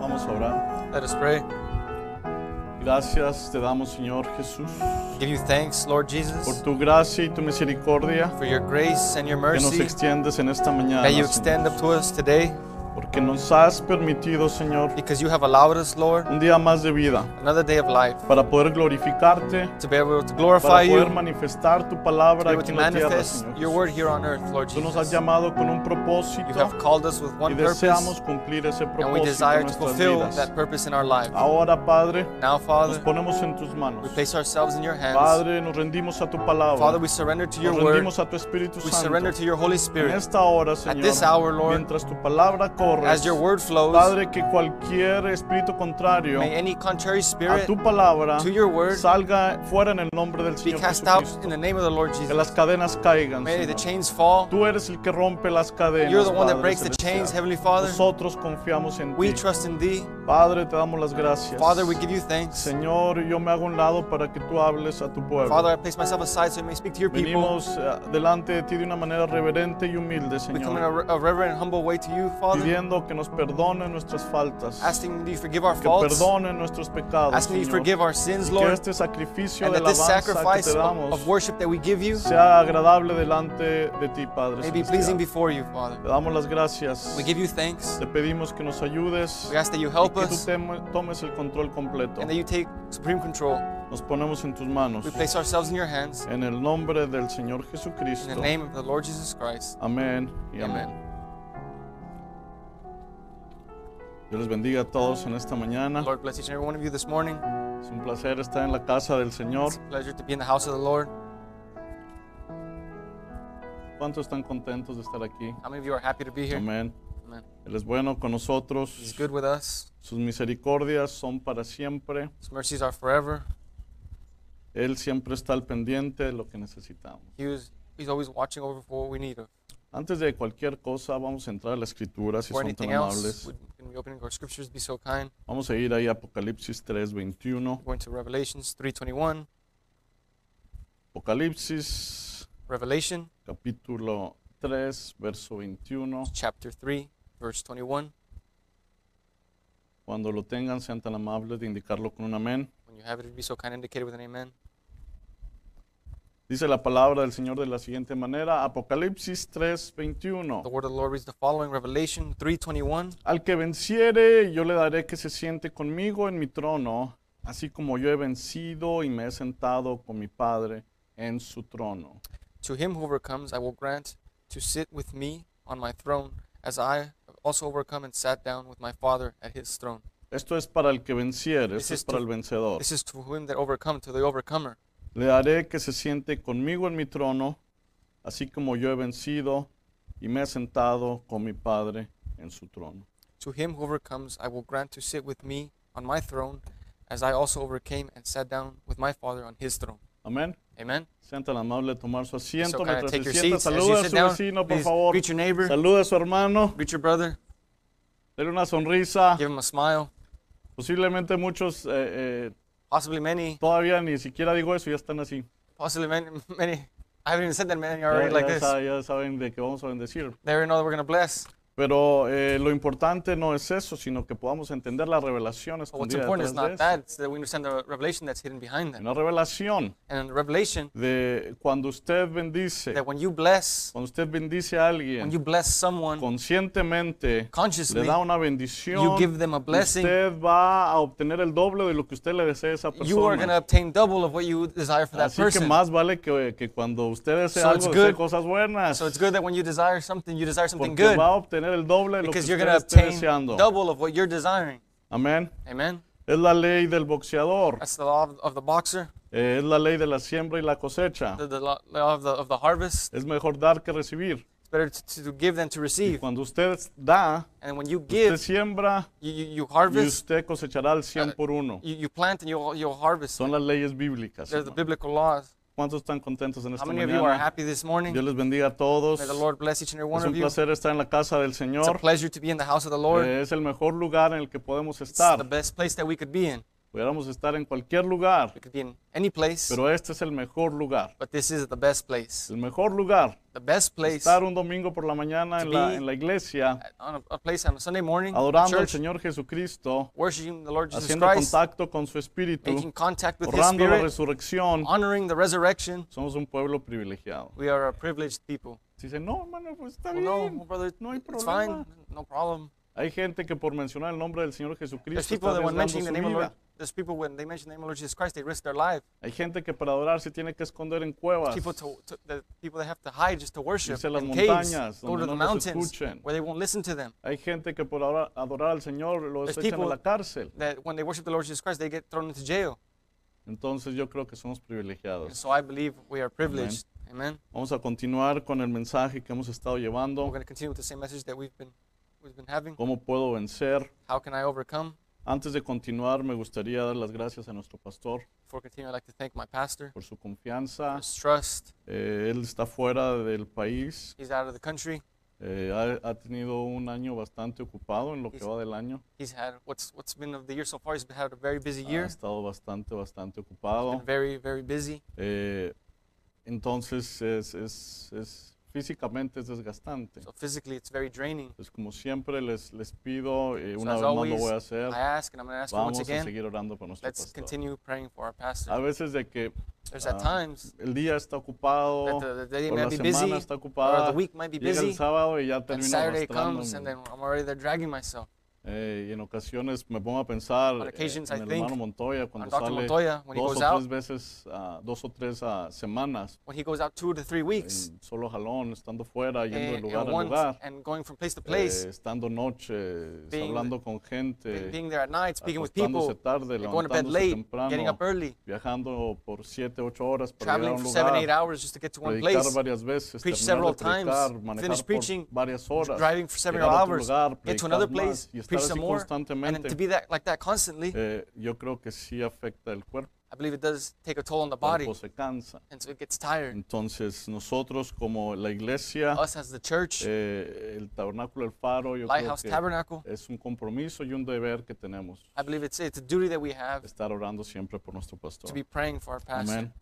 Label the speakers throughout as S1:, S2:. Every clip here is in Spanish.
S1: Vamos a orar.
S2: Let us pray.
S1: Gracias te damos, Señor Jesús,
S2: Give you thanks, Lord
S1: por
S2: Jesus,
S1: tu gracia y tu misericordia
S2: for your grace and your
S1: que nos
S2: mercy
S1: extiendes en esta mañana,
S2: that
S1: Señor.
S2: you extend up to us today
S1: porque nos has permitido, Señor,
S2: because you have allowed us, Lord,
S1: un día más de vida
S2: another day of life
S1: para poder glorificarte,
S2: to be able to
S1: para
S2: glorify you,
S1: poder
S2: to
S1: manifestar tu
S2: be
S1: palabra
S2: able
S1: aquí
S2: to
S1: en la tierra,
S2: manifest
S1: Señor.
S2: your
S1: Jesús.
S2: word here on earth, Lord
S1: Tú nos has
S2: Jesus.
S1: llamado con un
S2: You
S1: propósito
S2: have called us with
S1: y
S2: one
S1: deseamos
S2: purpose,
S1: cumplir ese
S2: and we
S1: propósito en
S2: desire to
S1: nuestras
S2: fulfill
S1: vidas.
S2: that purpose in our life.
S1: Ahora, Padre,
S2: Now,
S1: nos
S2: Father,
S1: ponemos en tus manos.
S2: we place ourselves in your hands.
S1: Padre, nos rendimos a tu
S2: Father,
S1: palabra.
S2: we surrender to your
S1: Nos
S2: word.
S1: rendimos a tu Espíritu
S2: We surrender
S1: Santo.
S2: to your Holy
S1: En
S2: Spirit.
S1: esta hora, Señor,
S2: this hour, Lord,
S1: mientras tu palabra corre,
S2: As your word flows,
S1: Padre, que cualquier espíritu contrario
S2: may any contrary
S1: a
S2: spirit
S1: tu palabra
S2: to your word
S1: salga fuera en el nombre del
S2: be
S1: Señor
S2: cast out
S1: Jesucristo.
S2: in the name of the Lord
S1: Que
S2: Jesus.
S1: las cadenas caigan,
S2: May the
S1: Señor.
S2: chains fall.
S1: Tú eres el que rompe las cadenas,
S2: You're the one that
S1: Padre
S2: breaks the
S1: celestial.
S2: chains, Heavenly Father.
S1: Nosotros confiamos en
S2: We
S1: ti.
S2: trust in Thee.
S1: Padre, te damos las gracias.
S2: Father, we give you thanks.
S1: Señor, yo me hago a un lado para que tú hables a tu pueblo.
S2: Father, I place myself aside so you may speak to your people.
S1: Venimos eh, delante de ti de una manera reverente y humilde,
S2: We come in
S1: Señor,
S2: a re- a reverent and humble way to you, Father,
S1: pidiendo que nos perdone nuestras faltas,
S2: asking that you forgive our
S1: que
S2: faults,
S1: perdone nuestros pecados,
S2: asking that you
S1: Señor,
S2: forgive our sins,
S1: que
S2: Lord,
S1: este sacrificio
S2: and
S1: de
S2: that this
S1: alabanza que
S2: sacrifice
S1: te
S2: of,
S1: damos
S2: of worship that we give you
S1: sea agradable delante de ti, Padre
S2: may be
S1: celestial.
S2: pleasing before you, Father.
S1: Te damos las gracias.
S2: We give you thanks.
S1: Te pedimos que nos ayudes
S2: We ask that you
S1: y
S2: help
S1: que tú
S2: us
S1: tem- tomes el control completo.
S2: and that you take supreme control.
S1: Nos ponemos en tus manos.
S2: We place ourselves in your hands.
S1: En el nombre del Señor
S2: In the
S1: Jesucristo.
S2: name of the Lord Jesus Christ.
S1: Amén y amén.
S2: Amen.
S1: Dios les bendiga a todos en esta mañana.
S2: Lord bless each and every one of you this morning.
S1: Es un placer estar en la casa del Señor.
S2: It's a pleasure to be in the house of the Lord.
S1: ¿Cuántos están contentos de estar aquí?
S2: How many of you are happy to be here?
S1: Amén.
S2: Amen.
S1: Él es bueno con
S2: He's
S1: nosotros.
S2: good with us.
S1: Sus misericordias son para siempre.
S2: His mercies are forever.
S1: Él siempre está al pendiente de lo que necesitamos.
S2: He was, he's always watching over for what we need. of.
S1: Antes de cualquier cosa, vamos a entrar a la escritura, si
S2: For
S1: son
S2: anything
S1: tan
S2: else,
S1: amables.
S2: would, can we open our scriptures? Be so kind.
S1: Vamos a ir ahí a Apocalipsis 3, 21.
S2: We're going to Revelations 3:21.
S1: Apocalipsis
S2: Revelation
S1: capítulo 3, verso 21.
S2: chapter 3, verse 21.
S1: Cuando lo tengan, sean tan amables de indicarlo con un amén.
S2: When you have it, be so kind. Indicated with an amen.
S1: Dice la palabra del Señor de la siguiente manera, Apocalipsis 3, 21.
S2: The word of the Lord reads the following: Revelation 3:21.
S1: Al que venciere, yo le daré que se siente conmigo en mi trono, así como yo he vencido y me he sentado con mi Padre en su trono.
S2: To him who overcomes, I will grant to sit with me on my throne, as I have also overcome and sat down with my Father at his throne.
S1: Esto es para el que venciere,
S2: This
S1: esto es
S2: is
S1: para
S2: to-
S1: el vencedor.
S2: This is to him that overcome, to the overcomer.
S1: Le daré que se siente conmigo en mi trono, así como yo he vencido y me he sentado con mi Padre en su trono.
S2: To him who overcomes, I will grant to sit with me on my throne, as I also overcame and sat down with my Father on his throne.
S1: Amén.
S2: Amen.
S1: Sean tan amables de tomar su asiento
S2: So, kind
S1: mientras
S2: of take
S1: se
S2: your
S1: sienta.
S2: seats. As you
S1: Saluda a
S2: sit
S1: su
S2: down,
S1: vecino, por
S2: please
S1: favor.
S2: greet your neighbor,
S1: Saluda a su hermano.
S2: greet your brother,
S1: Dele una sonrisa.
S2: give him a smile.
S1: Posiblemente muchos eh, eh,
S2: Possibly many,
S1: todavía ni siquiera digo eso, ya están así.
S2: possibly many, many. I haven't even said that many
S1: Ya,
S2: already like
S1: ya
S2: this.
S1: sa- ya saben de qué vamos a bendecir.
S2: They already know that we're gonna bless.
S1: Pero eh, lo importante no es eso, sino que podamos entender la revelación
S2: But what's
S1: escondida
S2: important is
S1: detrás de
S2: not
S1: eso.
S2: that; it's that we understand the revelation that's hidden behind that.
S1: Una revelación
S2: And in the revelation
S1: de cuando usted bendice,
S2: that when you bless,
S1: cuando usted bendice a
S2: when
S1: alguien
S2: you bless someone
S1: conscientemente, le
S2: consciously,
S1: da una
S2: you
S1: bendición,
S2: give them a blessing.
S1: usted va a obtener el doble de lo que usted le desea a esa
S2: You are gonna
S1: persona.
S2: obtain double of what you desire for that
S1: Así que
S2: person.
S1: más vale que, que cuando usted desea
S2: So
S1: algo,
S2: it's
S1: desee
S2: good.
S1: cosas buenas.
S2: So it's good that when you desire something, you desire something
S1: porque
S2: good
S1: va a obtener el doble de lo que
S2: because
S1: usted
S2: you're going to
S1: esté
S2: obtain
S1: deseando.
S2: double of what you're desiring.
S1: Amén.
S2: Amen.
S1: Es la ley del boxeador,
S2: That's the law of, of the boxer,
S1: eh, es la ley de la siembra y la cosecha.
S2: the, the law law of the, of the harvest.
S1: Es mejor dar que recibir.
S2: It's better to, to give than to
S1: Y
S2: receive.
S1: cuando usted da,
S2: And when you
S1: usted
S2: give,
S1: siembra
S2: you, you, you
S1: y
S2: harvest,
S1: usted cosechará al 100 por uno.
S2: you, you plant, and you'll, you'll harvest.
S1: Son las leyes bíblicas.
S2: There's the
S1: hermano.
S2: biblical laws.
S1: ¿Cuántos están contentos en
S2: How
S1: esta
S2: many of you are
S1: mañana?
S2: happy this morning?
S1: Dios les bendiga a todos.
S2: May the
S1: Es
S2: Lord bless each and every one
S1: un
S2: of you.
S1: placer estar en la casa del
S2: It's a
S1: Señor.
S2: pleasure to be in the house of the Lord.
S1: Eh, Es el mejor lugar en el que podemos
S2: It's the
S1: estar.
S2: best place that we could be in.
S1: Pudiéramos estar en cualquier lugar,
S2: We could be in any place,
S1: pero este es el mejor lugar.
S2: but this is the best place.
S1: El mejor lugar.
S2: The best place
S1: Estar un domingo por la mañana en la, en la iglesia,
S2: on a, a place on a Sunday morning, at
S1: adorando al
S2: church,
S1: Señor Jesucristo,
S2: worshiping the Lord Jesus
S1: haciendo
S2: Christ,
S1: contacto con su espíritu,
S2: making contact with His
S1: honrando la
S2: Spirit, Ah.
S1: resurrección.
S2: honoring the resurrection.
S1: Somos un pueblo privilegiado.
S2: We are a privileged people.
S1: Dice, no, hermano, pues está
S2: Well, Oh, no,
S1: bien.
S2: well, brother,
S1: no hay
S2: it's fine.
S1: problema.
S2: No problem.
S1: Hay gente que por mencionar el nombre del Señor
S2: There's
S1: Jesucristo está
S2: people that when
S1: arriesgando su
S2: mentioning the name of the Lord,
S1: vida.
S2: there's people when they mention the name of the Lord Jesus Christ, they risk their life.
S1: Hay gente que para adorar se tiene que esconder en cuevas.
S2: People to, to the people that have to hide just to worship
S1: Dice, "Las
S2: in caves,
S1: montañas,
S2: go to
S1: donde
S2: the
S1: no los
S2: mountains
S1: escuchen."
S2: where they won't listen to them.
S1: Hay gente que por adorar, adorar al Señor los
S2: There's
S1: echan a
S2: people-
S1: la cárcel.
S2: That when they worship the Lord Jesus Christ, they get thrown into jail.
S1: Entonces yo creo que somos
S2: And
S1: privilegiados.
S2: so I believe we are privileged. Amen.
S1: Vamos a continuar con el mensaje que hemos estado
S2: We're
S1: llevando.
S2: going to continue with the same message that we've been we've been having.
S1: ¿Cómo puedo vencer?
S2: How can I overcome?
S1: Antes de continuar, me gustaría dar las gracias a nuestro pastor
S2: Before continuing, I'd like to thank my pastor
S1: por su
S2: for
S1: confianza.
S2: his trust.
S1: Eh, él está fuera del país.
S2: He's out of the country.
S1: Eh, ha, ha tenido un año bastante ocupado en lo que
S2: He's-
S1: va del año.
S2: He's had what's what's been of the year so far. He's had a very busy
S1: Ha
S2: Este year.
S1: estado bastante, bastante
S2: Been
S1: ocupado.
S2: very very busy.
S1: Eh, entonces, es, es- es- físicamente es desgastante.
S2: So physically, it's very draining.
S1: Pues como siempre les, les pido, eh,
S2: So
S1: una
S2: as
S1: vez más lo
S2: always,
S1: voy a hacer,
S2: I ask, and I'm going to ask you
S1: vamos
S2: once
S1: a
S2: again.
S1: seguir orando por nuestro
S2: Let's
S1: pastor.
S2: continue praying for our
S1: A
S2: pastor.
S1: veces de que
S2: There's at
S1: ah,
S2: times
S1: el día está ocupado,
S2: that the, the day
S1: o
S2: might
S1: la
S2: be
S1: semana
S2: busy,
S1: está
S2: or the
S1: ocupada,
S2: week might be
S1: llega el
S2: busy,
S1: sábado y ya
S2: and
S1: termino
S2: Saturday comes, and then
S1: arrastrándome.
S2: I'm already there dragging myself.
S1: Eh, y en ocasiones me pongo a pensar
S2: On
S1: eh,
S2: occasions,
S1: en
S2: I
S1: el
S2: think
S1: hermano Montoya
S2: And
S1: cuando
S2: Dr.
S1: sale
S2: Montoya, when he
S1: dos
S2: goes
S1: o
S2: out,
S1: tres veces, ah, dos o tres ah, semanas,
S2: when he goes out two to three weeks,
S1: en solo jalón, estando fuera, yendo de
S2: and,
S1: lugar
S2: Eh, and,
S1: a
S2: once,
S1: lugar,
S2: and going from place to
S1: eh,
S2: place,
S1: estando noches,
S2: being-
S1: hablando con
S2: be-
S1: gente,
S2: being there at night, speaking with people,
S1: acostándose tarde,
S2: and going to bed
S1: levantándose
S2: late, getting
S1: temprano,
S2: up early,
S1: viajando por 7, 8 horas para llegar a un
S2: traveling for seven, eight
S1: lugar,
S2: hours just to get to one
S1: predicar
S2: place,
S1: varias veces,
S2: preach
S1: terminar de
S2: several times,
S1: predicar,
S2: finish
S1: manejar
S2: preaching,
S1: por varias horas,
S2: driving for several
S1: llegar a otro
S2: hours,
S1: lugar,
S2: get to
S1: predicar
S2: another
S1: más
S2: place,
S1: y estar
S2: preach
S1: así
S2: some more, and then to
S1: constantemente,
S2: be that like that constantly,
S1: eh, yo creo que sí afecta el cuerpo,
S2: I believe it does take a toll on the
S1: el
S2: body,
S1: cuerpo se cansa.
S2: and so it gets tired.
S1: Entonces nosotros como la iglesia,
S2: Us as the church,
S1: eh, el tabernáculo, el faro, yo creo
S2: Lighthouse
S1: que
S2: Tabernacle,
S1: es un compromiso y un deber que tenemos,
S2: I believe it's it's a duty that we have
S1: estar orando siempre por nuestro
S2: to
S1: pastor.
S2: be praying for our pastor.
S1: Amén.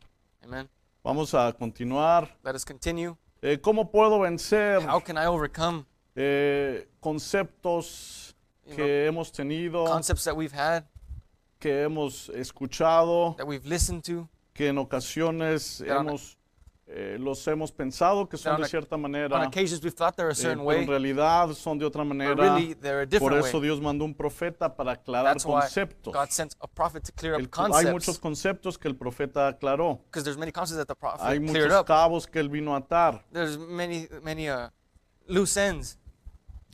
S2: Amen.
S1: Vamos a continuar.
S2: Let us continue.
S1: Eh, ¿Cómo puedo vencer
S2: How can I overcome
S1: eh, conceptos
S2: you know,
S1: que hemos tenido,
S2: concepts that we've had,
S1: que hemos escuchado,
S2: that we've listened to,
S1: que en ocasiones
S2: That on-
S1: hemos, eh, los hemos pensado que son
S2: on
S1: de
S2: a-
S1: cierta
S2: on
S1: manera, eh,
S2: occasions we've thought they're a
S1: pero
S2: certain way,
S1: en realidad son de otra
S2: but
S1: manera.
S2: really they're a
S1: Por
S2: different
S1: eso
S2: way.
S1: Dios mandó un profeta para aclarar
S2: That's why
S1: conceptos.
S2: God sent a prophet to clear
S1: El-
S2: up
S1: hay muchos
S2: concepts
S1: conceptos que el profeta aclaró.
S2: because there's many concepts that the
S1: Hay
S2: prophet cleared
S1: muchos
S2: up.
S1: cabos que él vino a atar.
S2: There's many many uh, loose ends.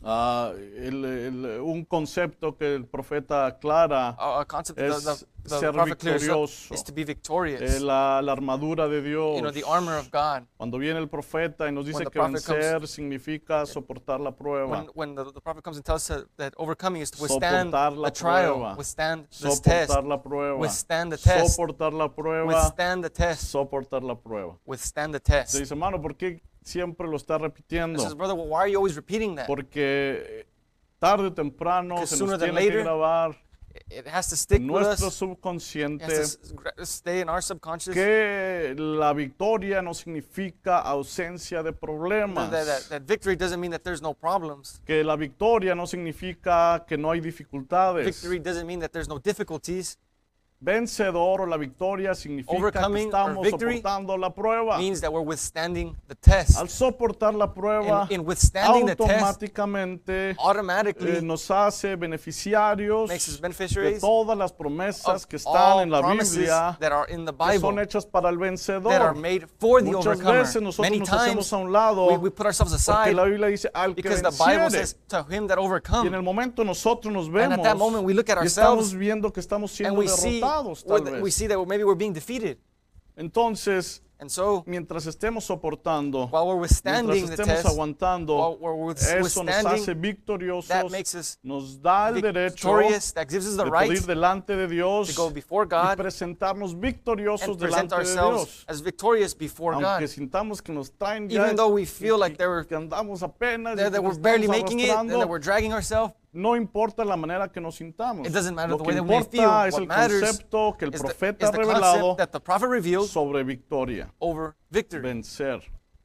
S1: Ah, el- el- un concepto que el profeta aclara
S2: A a concept that
S1: Es
S2: the, the,
S1: ser
S2: the prophet clears up
S1: victorioso.
S2: is to be
S1: eh,
S2: victorious.
S1: la, la armadura de Dios.
S2: You know, the armor of God.
S1: Cuando viene el profeta y nos dice
S2: the
S1: que
S2: prophet comes-
S1: vencer significa soportar la
S2: when,
S1: prueba,
S2: when the, the prophet comes and tells us that overcoming is to withstand
S1: Soportar la
S2: a trial,
S1: prueba.
S2: withstand this test,
S1: soportar la prueba,
S2: withstand the test,
S1: soportar la prueba,
S2: withstand the test,
S1: soportar la prueba.
S2: withstand the
S1: Se
S2: test.
S1: dice, hermano, ¿por qué siempre lo está
S2: This is
S1: repitiendo?
S2: brother, well, why are you always repeating that?
S1: Porque eh, tarde o temprano
S2: Because
S1: se
S2: sooner
S1: nos
S2: than
S1: tiene que
S2: later,
S1: grabar
S2: It has to stick
S1: en
S2: with
S1: nuestro
S2: us. It
S1: subconsciente
S2: has to s- gra- stay in our subconscious.
S1: que la victoria no significa ausencia de
S2: That, that,
S1: problemas.
S2: that victory doesn't mean that there's no problems.
S1: que la victoria no significa que no hay dificultades.
S2: Victory doesn't mean that there's no difficulties.
S1: Vencedor o la victoria significa que
S2: Overcoming or
S1: estamos
S2: victory
S1: soportando la prueba.
S2: means that we're withstanding the test.
S1: Ah. Al soportar la prueba,
S2: In, in withstanding the test,
S1: automáticamente eh,
S2: automatically
S1: nos hace beneficiarios
S2: makes us
S1: de
S2: beneficiaries
S1: todas las promesas
S2: of
S1: que están
S2: all
S1: en la
S2: promises
S1: Biblia,
S2: that are in the
S1: que son
S2: Bible
S1: hechas para el
S2: that are
S1: vencedor.
S2: made for the
S1: Muchas
S2: overcomer.
S1: veces nosotros
S2: Many
S1: nos hacemos
S2: times
S1: a un lado
S2: we, we put ourselves
S1: porque
S2: aside
S1: la Biblia dice al que
S2: because the Bible
S1: venciere.
S2: says to him that
S1: Y en
S2: overcomes.
S1: el momento nosotros nos
S2: And
S1: vemos
S2: at that moment we look at
S1: y estamos
S2: ourselves
S1: viendo que estamos siendo
S2: And we see,
S1: derrotados
S2: or
S1: tal
S2: th- we
S1: vez.
S2: see that maybe we're being defeated.
S1: Entonces,
S2: And so,
S1: Mientras estemos soportando,
S2: while we're
S1: mientras
S2: withstanding the
S1: estemos
S2: test,
S1: aguantando,
S2: while we're with-
S1: eso nos hace
S2: withstanding, that
S1: victoriosos,
S2: makes us
S1: nos da el derecho de
S2: victorious, that gives us the
S1: poder
S2: right
S1: ir delante de Dios
S2: to go before
S1: y
S2: God
S1: presentarnos
S2: and
S1: victoriosos
S2: present
S1: delante de
S2: ourselves
S1: Dios.
S2: as victorious before
S1: Aunque
S2: God.
S1: sintamos que nos traen ya,
S2: Even though we feel like
S1: que-
S2: there were-
S1: que andamos apenas, y
S2: That,
S1: que
S2: that
S1: nos
S2: we're
S1: estamos
S2: barely making it, and
S1: arrastrando,
S2: that we're dragging ourselves,
S1: no importa la manera que nos sintamos.
S2: it doesn't matter
S1: Lo
S2: the
S1: que
S2: way that we
S1: importa
S2: feel.
S1: es
S2: What
S1: el
S2: matters
S1: concepto que el
S2: is the,
S1: profeta ha
S2: is the
S1: revelado
S2: concept that the prophet revealed
S1: sobre victoria,
S2: over victory,
S1: vencer.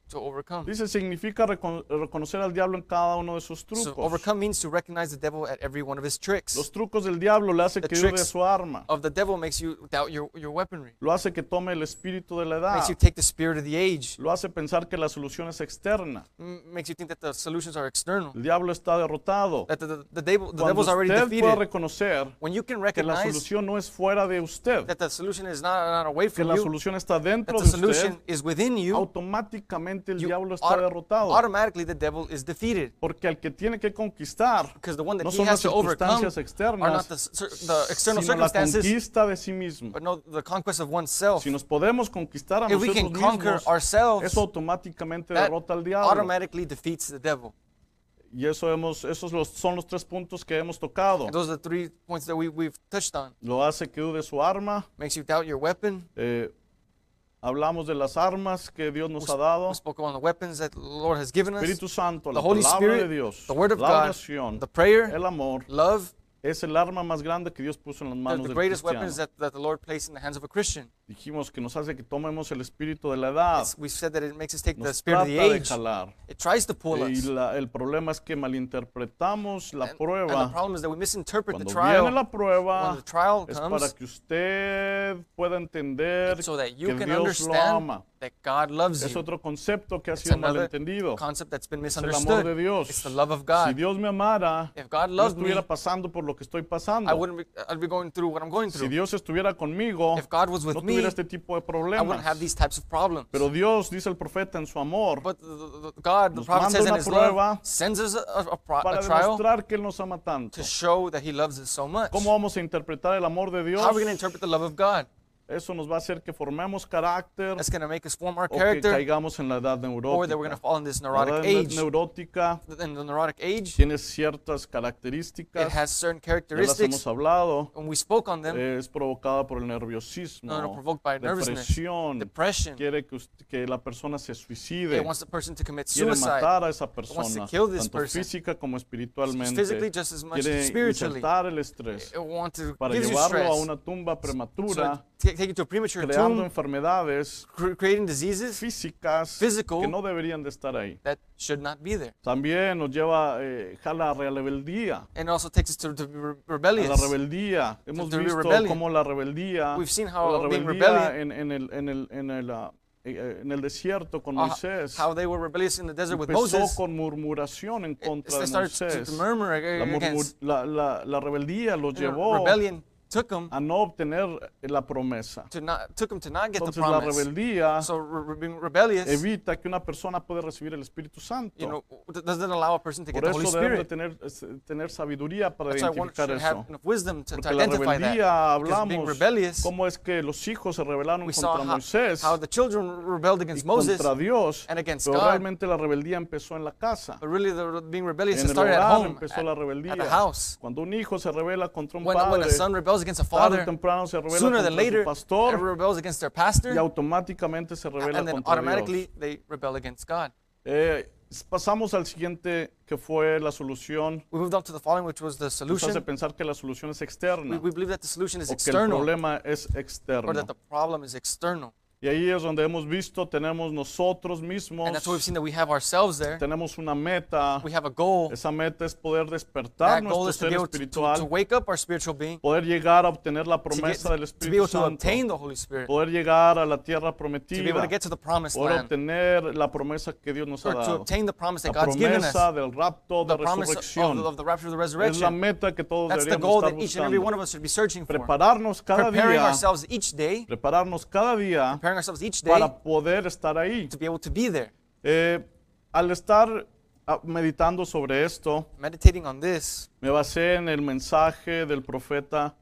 S2: to overcome.
S1: Dice, significa recon- reconocer al diablo en cada uno de sus
S2: So
S1: trucos.
S2: overcome means to recognize the devil at every one of his tricks.
S1: Los trucos del diablo le hace que dude de
S2: tricks
S1: su arma,
S2: Of the devil makes you doubt your, your weaponry,
S1: lo hace que tome el espíritu de la edad,
S2: makes you take the spirit of the age,
S1: lo hace pensar que la solución es externa.
S2: m- makes you think that the solutions are external,
S1: El diablo está derrotado.
S2: that the, the, the, devil, the
S1: Cuando
S2: devil's already
S1: usted pueda
S2: defeated.
S1: reconocer
S2: When you can
S1: que la
S2: recognize
S1: solución no es fuera de usted,
S2: that the solution is not, not away
S1: que
S2: from
S1: la
S2: you,
S1: solución está
S2: that
S1: dentro
S2: the
S1: de usted,
S2: solution is within you,
S1: automáticamente el
S2: you
S1: diablo está
S2: auto-
S1: derrotado.
S2: automatically the devil is defeated.
S1: Porque al que tiene que conquistar
S2: Because the one that
S1: no
S2: he
S1: son
S2: has
S1: las
S2: to overcome
S1: circunstancias
S2: are not the,
S1: externas,
S2: cir- the external
S1: sino la
S2: circumstances,
S1: conquista de sí mismo.
S2: but no, the conquest of oneself.
S1: Si nos podemos conquistar a
S2: If we
S1: nosotros
S2: can conquer
S1: mismos,
S2: ourselves,
S1: eso automáticamente
S2: that
S1: derrota al diablo.
S2: automatically defeats the devil.
S1: Y eso hemos, esos los- son los tres puntos que hemos tocado.
S2: And those are the three points that we, we've touched on.
S1: Lo hace que dude su arma.
S2: Makes you doubt your weapon.
S1: eh, hablamos de las armas que Dios nos ha
S2: We
S1: dado.
S2: spoke about the weapons that the Lord has given us.
S1: Espíritu Santo, la
S2: the Holy
S1: palabra
S2: Spirit,
S1: de Dios,
S2: the Word of
S1: la
S2: God,
S1: oración,
S2: the prayer,
S1: el amor,
S2: love,
S1: es el arma más grande que Dios puso en las
S2: are
S1: manos
S2: the
S1: del
S2: greatest
S1: cristiano.
S2: weapons that, that the Lord placed in the hands of a Christian.
S1: Dijimos que nos hace que tomemos el espíritu de la edad,
S2: It's- we've said that it makes us take the
S1: nos
S2: spirit
S1: trata
S2: of the
S1: de
S2: age.
S1: jalar.
S2: It tries to pull
S1: Y
S2: us.
S1: la- el problema es que malinterpretamos la
S2: And, and the
S1: prueba.
S2: problem is that we misinterpret the
S1: Cuando
S2: trial.
S1: viene la
S2: when
S1: prueba,
S2: the trial
S1: es para
S2: comes,
S1: que usted pueda entender
S2: so that you
S1: que
S2: can
S1: Dios lo
S2: understand
S1: ama.
S2: that God loves
S1: Es
S2: you.
S1: otro concepto que ha
S2: It's
S1: sido
S2: another
S1: malentendido.
S2: concept that's been
S1: el amor
S2: misunderstood.
S1: de Dios.
S2: It's the love of
S1: Si
S2: God.
S1: Dios me amara,
S2: If God
S1: no
S2: loved me,
S1: estuviera pasando por lo que estoy
S2: I
S1: pasando.
S2: wouldn't be, I'd be going through what I'm going
S1: Si
S2: through.
S1: Dios estuviera conmigo,
S2: If God was with
S1: no
S2: me,
S1: tuviera este tipo de
S2: I wouldn't have
S1: problemas.
S2: these types of problems.
S1: Pero Dios, dice el profeta en su amor,
S2: But the, the, the God, the
S1: Nos
S2: prophet
S1: manda
S2: says in
S1: una
S2: his
S1: prueba
S2: love, sends us a, a, a, pro-
S1: para
S2: a trial
S1: demostrar que Él nos ama tanto.
S2: to show that he loves us so much.
S1: ¿Cómo vamos a interpretar el amor de Dios?
S2: How are we going to interpret the love of God?
S1: Eso nos va a hacer que formemos carácter
S2: That's going to make us form our
S1: o que
S2: character,
S1: caigamos en la edad
S2: or that we're going
S1: neurótica.
S2: to fall in this
S1: La edad
S2: neurotic
S1: ne-
S2: age.
S1: neurótica
S2: In the neurotic age,
S1: tiene ciertas
S2: it
S1: características,
S2: has
S1: ya las hemos
S2: certain characteristics,
S1: hablado,
S2: and we spoke on them.
S1: es provocada por el nerviosismo,
S2: No, no, provoked by nervousness,
S1: depresión,
S2: Depression.
S1: quiere que, usted- que la persona se suicide,
S2: It wants the person to commit
S1: quiere
S2: suicide.
S1: matar a esa persona,
S2: kill this
S1: tanto
S2: person.
S1: física como espiritualmente,
S2: Physically, just as much as
S1: quiere
S2: spiritually.
S1: insertar el estrés
S2: It wants to
S1: para
S2: give you
S1: llevarlo a
S2: stress.
S1: una tumba
S2: So
S1: prematura,
S2: t- take you to a premature
S1: creando
S2: tomb,
S1: enfermedades
S2: cr- creating diseases
S1: físicas que
S2: Physical.
S1: no deberían de estar ahí.
S2: that should not be there.
S1: También nos lleva, eh, jala a la rebeldía.
S2: And also takes us to, to be re-
S1: A la
S2: rebellious.
S1: rebeldía. Hemos
S2: to be
S1: visto
S2: rebellion.
S1: cómo la rebeldía,
S2: We've seen how
S1: la
S2: being
S1: rebeldía en,
S2: rebellion,
S1: en el, en, el, en, el, ah, eh, eh, en el desierto con
S2: uh,
S1: Moisés
S2: how they were rebellious in the desert with
S1: empezó
S2: Moses,
S1: con murmuración en
S2: it-
S1: contra
S2: they
S1: de
S2: started to,
S1: Moisés.
S2: to murmur ag-
S1: La, murmur-
S2: against.
S1: la- la- la rebeldía los
S2: and
S1: llevó
S2: rebellion took them
S1: a no obtener eh, la promesa.
S2: to not took 'em to not get the
S1: Entonces la
S2: promise.
S1: rebeldía
S2: So re- re- being rebellious,
S1: evita que una persona pueda recibir el Espíritu
S2: you
S1: Santo.
S2: know, th- doesn't allow a person to get
S1: Por
S2: the Holy
S1: eso debemos de
S2: Spirit.
S1: tener, es- tener sabiduría para
S2: That's why one
S1: identificar
S2: should
S1: eso.
S2: have enough wisdom to, to
S1: Porque la
S2: identify that.
S1: rebeldía
S2: Because being
S1: hablamos
S2: rebellious,
S1: cómo es que los hijos se rebelaron
S2: we
S1: contra
S2: saw how,
S1: Moisés
S2: how the children rebelled against
S1: y
S2: Moses,
S1: contra Dios,
S2: and against
S1: pero
S2: God.
S1: realmente la rebeldía empezó en la casa.
S2: but really the, being rebellious
S1: En el
S2: started at
S1: hogar
S2: home,
S1: empezó
S2: at,
S1: la
S2: at the
S1: rebeldía.
S2: house.
S1: Cuando un hijo se rebela contra un
S2: When, when
S1: padre,
S2: a son rebels against a
S1: tarde o
S2: father,
S1: temprano se rebela contra
S2: sooner than later,
S1: su
S2: they
S1: pastor
S2: rebels against their
S1: y
S2: pastor,
S1: automáticamente se rebela
S2: and then
S1: contra Dios.
S2: automatically they rebel against God.
S1: Eh, pasamos al siguiente que fue la solución.
S2: We moved on to the following, which was the
S1: Nos hace
S2: solution.
S1: pensar que la solución es
S2: We,
S1: externa
S2: we believe that the solution is
S1: o que el
S2: external,
S1: problema es
S2: or
S1: externo.
S2: that the problem is external.
S1: Y ahí es donde hemos visto, tenemos nosotros
S2: And that's what
S1: mismos,
S2: we've seen that we have ourselves there.
S1: tenemos una meta.
S2: We have a goal.
S1: Esa meta es poder despertar
S2: That goal
S1: nuestro
S2: is to
S1: ser
S2: be able to, to, to
S1: espiritual,
S2: wake up our spiritual being,
S1: poder llegar a obtener la
S2: to, get,
S1: promesa del
S2: to be
S1: Espíritu
S2: able to
S1: Santo,
S2: obtain the Holy Spirit,
S1: poder llegar a la tierra
S2: to be able to
S1: prometida,
S2: get to the promised
S1: poder
S2: land,
S1: obtener la promesa que Dios nos
S2: or
S1: ha
S2: to
S1: dado.
S2: obtain the promise
S1: La
S2: that God's given us,
S1: promesa del rapto, de
S2: the promise of, of the,
S1: resurrección.
S2: of the rapture of the
S1: Es la
S2: resurrection.
S1: meta que todos
S2: That's the goal
S1: deberíamos estar
S2: that each and every one
S1: buscando.
S2: of us should be searching for.
S1: Prepararnos cada
S2: Preparing
S1: día,
S2: ourselves each day,
S1: prepararnos cada día
S2: preparing ourselves each day
S1: para poder estar ahí.
S2: to be able to be there.
S1: Eh, al estar ah, meditando sobre esto,
S2: Meditating on this,
S1: me basé en el mensaje del profeta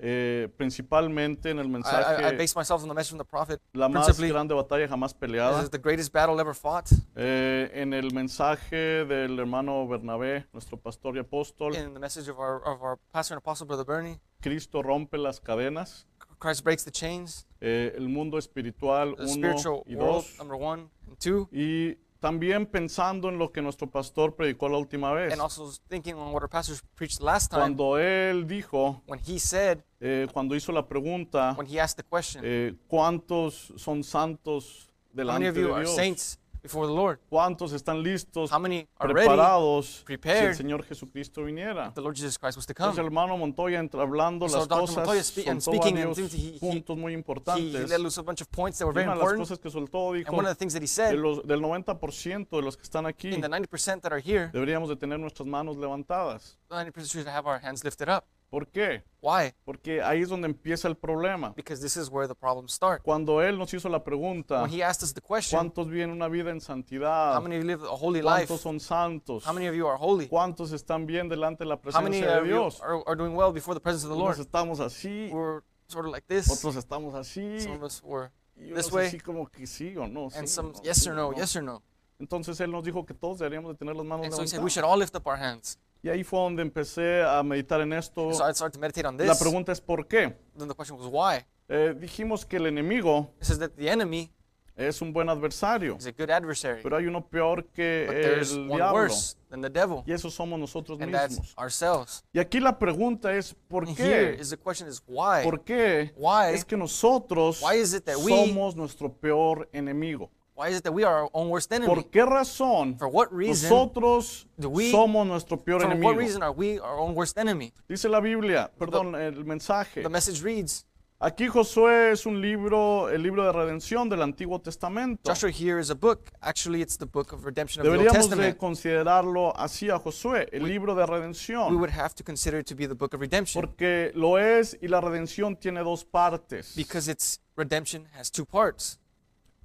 S1: eh, principalmente en el
S2: I,
S1: mensaje,
S2: I, I base myself on the message from the prophet.
S1: la más
S2: principally-
S1: grande batalla jamás
S2: This
S1: peleada,
S2: is the greatest battle ever fought.
S1: eh, en el mensaje del hermano Bernabé, nuestro pastor y apóstol,
S2: In the message of our, of our pastor and apostle, Brother Bernie,
S1: Cristo rompe las cadenas,
S2: Christ breaks the chains,
S1: eh, el mundo espiritual
S2: the
S1: 1
S2: spiritual
S1: y
S2: world, um,
S1: 2,
S2: number one, and two,
S1: y también pensando en lo que nuestro pastor predicó la última vez,
S2: and also thinking on what our pastors preached last time
S1: cuando él dijo,
S2: when he said,
S1: eh, cuando hizo la pregunta,
S2: when he asked the question,
S1: eh, ¿cuántos son santos
S2: How many
S1: delante
S2: of
S1: de
S2: you are
S1: Dios?
S2: saints before the Lord?
S1: ¿Cuántos están listos,
S2: How many are ready? The
S1: preparados si el
S2: prepared,
S1: Señor Jesucristo viniera?
S2: Lord Jesus Christ was to
S1: Entonces, el
S2: come.
S1: hermano Montoya, entre hablando
S2: So,
S1: las
S2: Dr. Montoya
S1: cosas,
S2: spe- and
S1: soltó
S2: speaking
S1: varios
S2: into- he- he-
S1: puntos muy
S2: He, he
S1: importantes.
S2: let loose a bunch of points that were
S1: Y
S2: very
S1: una de las
S2: important.
S1: cosas que soltó
S2: And
S1: dijo,
S2: one of the things that he
S1: de
S2: said,
S1: los- del 90% de los que están aquí,
S2: in the 90% that are here,
S1: deberíamos de tener nuestras manos levantadas.
S2: 90% should have our hands lifted up.
S1: ¿Por qué?
S2: Why?
S1: Porque ahí es donde empieza el problema.
S2: Because this is where the problems start.
S1: Cuando Él nos hizo la pregunta,
S2: When he asked us the question,
S1: ¿cuántos viven una vida en
S2: how
S1: santidad?
S2: many live a holy life?
S1: ¿Cuántos son santos?
S2: How many of you are holy?
S1: ¿Cuántos están bien delante de la
S2: How many
S1: presencia de
S2: of you
S1: Dios?
S2: are, are doing well before the presence of the Lord?
S1: Unos estamos así,
S2: We're sort of like this.
S1: otros estamos así,
S2: Some of us were,
S1: y
S2: this
S1: unos
S2: way,
S1: así como que sí o no. sí,
S2: and some
S1: no,
S2: yes
S1: sí
S2: or
S1: o
S2: no,
S1: no.
S2: yes or no.
S1: Entonces Él nos dijo que todos deberíamos de tener las manos
S2: And so he said we
S1: levantadas.
S2: should all lift up our hands.
S1: Y ahí fue donde empecé a meditar en esto.
S2: So I started to meditate on
S1: La
S2: this.
S1: pregunta es ¿por qué?
S2: Then the question was why?
S1: Eh, dijimos que el enemigo
S2: It says that the enemy
S1: es un buen adversario,
S2: is a good adversary,
S1: pero hay uno peor que
S2: but there's
S1: el
S2: one
S1: diablo.
S2: worse than the devil,
S1: Y eso somos nosotros
S2: and that's
S1: mismos.
S2: ourselves.
S1: Y aquí la pregunta es ¿por
S2: And here
S1: qué?
S2: is the question: is why?
S1: ¿Por qué
S2: Why?
S1: es que nosotros
S2: Why is it that we-
S1: somos nuestro peor enemigo?
S2: Why is it that we are our own worst enemy?
S1: ¿Por qué razón
S2: For what reason?
S1: nosotros
S2: do we-
S1: somos nuestro peor
S2: For what
S1: enemigo?
S2: reason are we our own worst enemy?
S1: Dice la Biblia, perdón, el mensaje.
S2: The message reads:
S1: Aquí Josué es un libro, el libro de redención del Antiguo Testamento.
S2: Joshua here is a book. Actually, it's the book of redemption of the Old
S1: Deberíamos de
S2: Testament.
S1: considerarlo así a Josué, el libro de
S2: We
S1: redención,
S2: would have to consider it to be the book of redemption
S1: porque lo es y la redención tiene dos partes.
S2: because its redemption has two parts.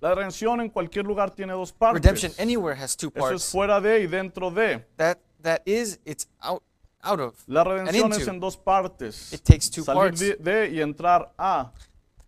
S1: La redención en cualquier lugar tiene dos partes.
S2: Redemption anywhere has two
S1: Eso es
S2: parts.
S1: fuera de y dentro de.
S2: That that is, it's out out of.
S1: La redención es
S2: into.
S1: en dos partes.
S2: It takes two
S1: Salir
S2: parts.
S1: de, de y entrar a.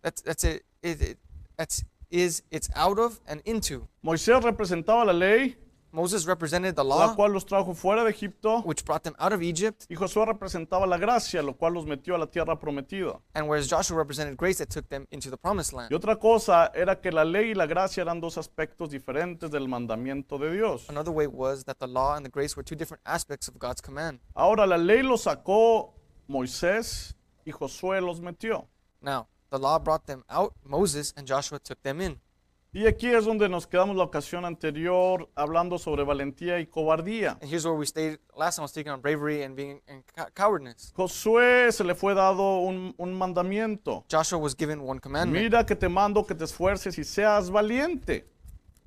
S2: That's that's it. it, it that's is it's out of and into.
S1: Moisés representaba la ley,
S2: Moses represented the
S1: la
S2: law,
S1: cual los trajo fuera de Egipto,
S2: which brought them out of Egypt,
S1: y Josué representaba la gracia, lo cual los metió a la tierra prometida.
S2: and whereas Joshua represented grace that took them into the promised land.
S1: Y otra cosa era que la ley y la gracia eran dos aspectos diferentes del mandamiento de Dios.
S2: Another way was that the law and the grace were two different aspects of God's command.
S1: Ahora la ley lo sacó Moisés y Josué los metió.
S2: Now, the law brought them out, Moses and Joshua took them in.
S1: Y aquí es donde nos quedamos la ocasión anterior hablando sobre valentía y cobardía.
S2: And here's where we stayed last time I was speaking on bravery and being and cow- cowardness.
S1: Josué se le fue dado un, un mandamiento.
S2: Joshua was given one commandment.
S1: Mira que te mando que te esfuerces y seas valiente.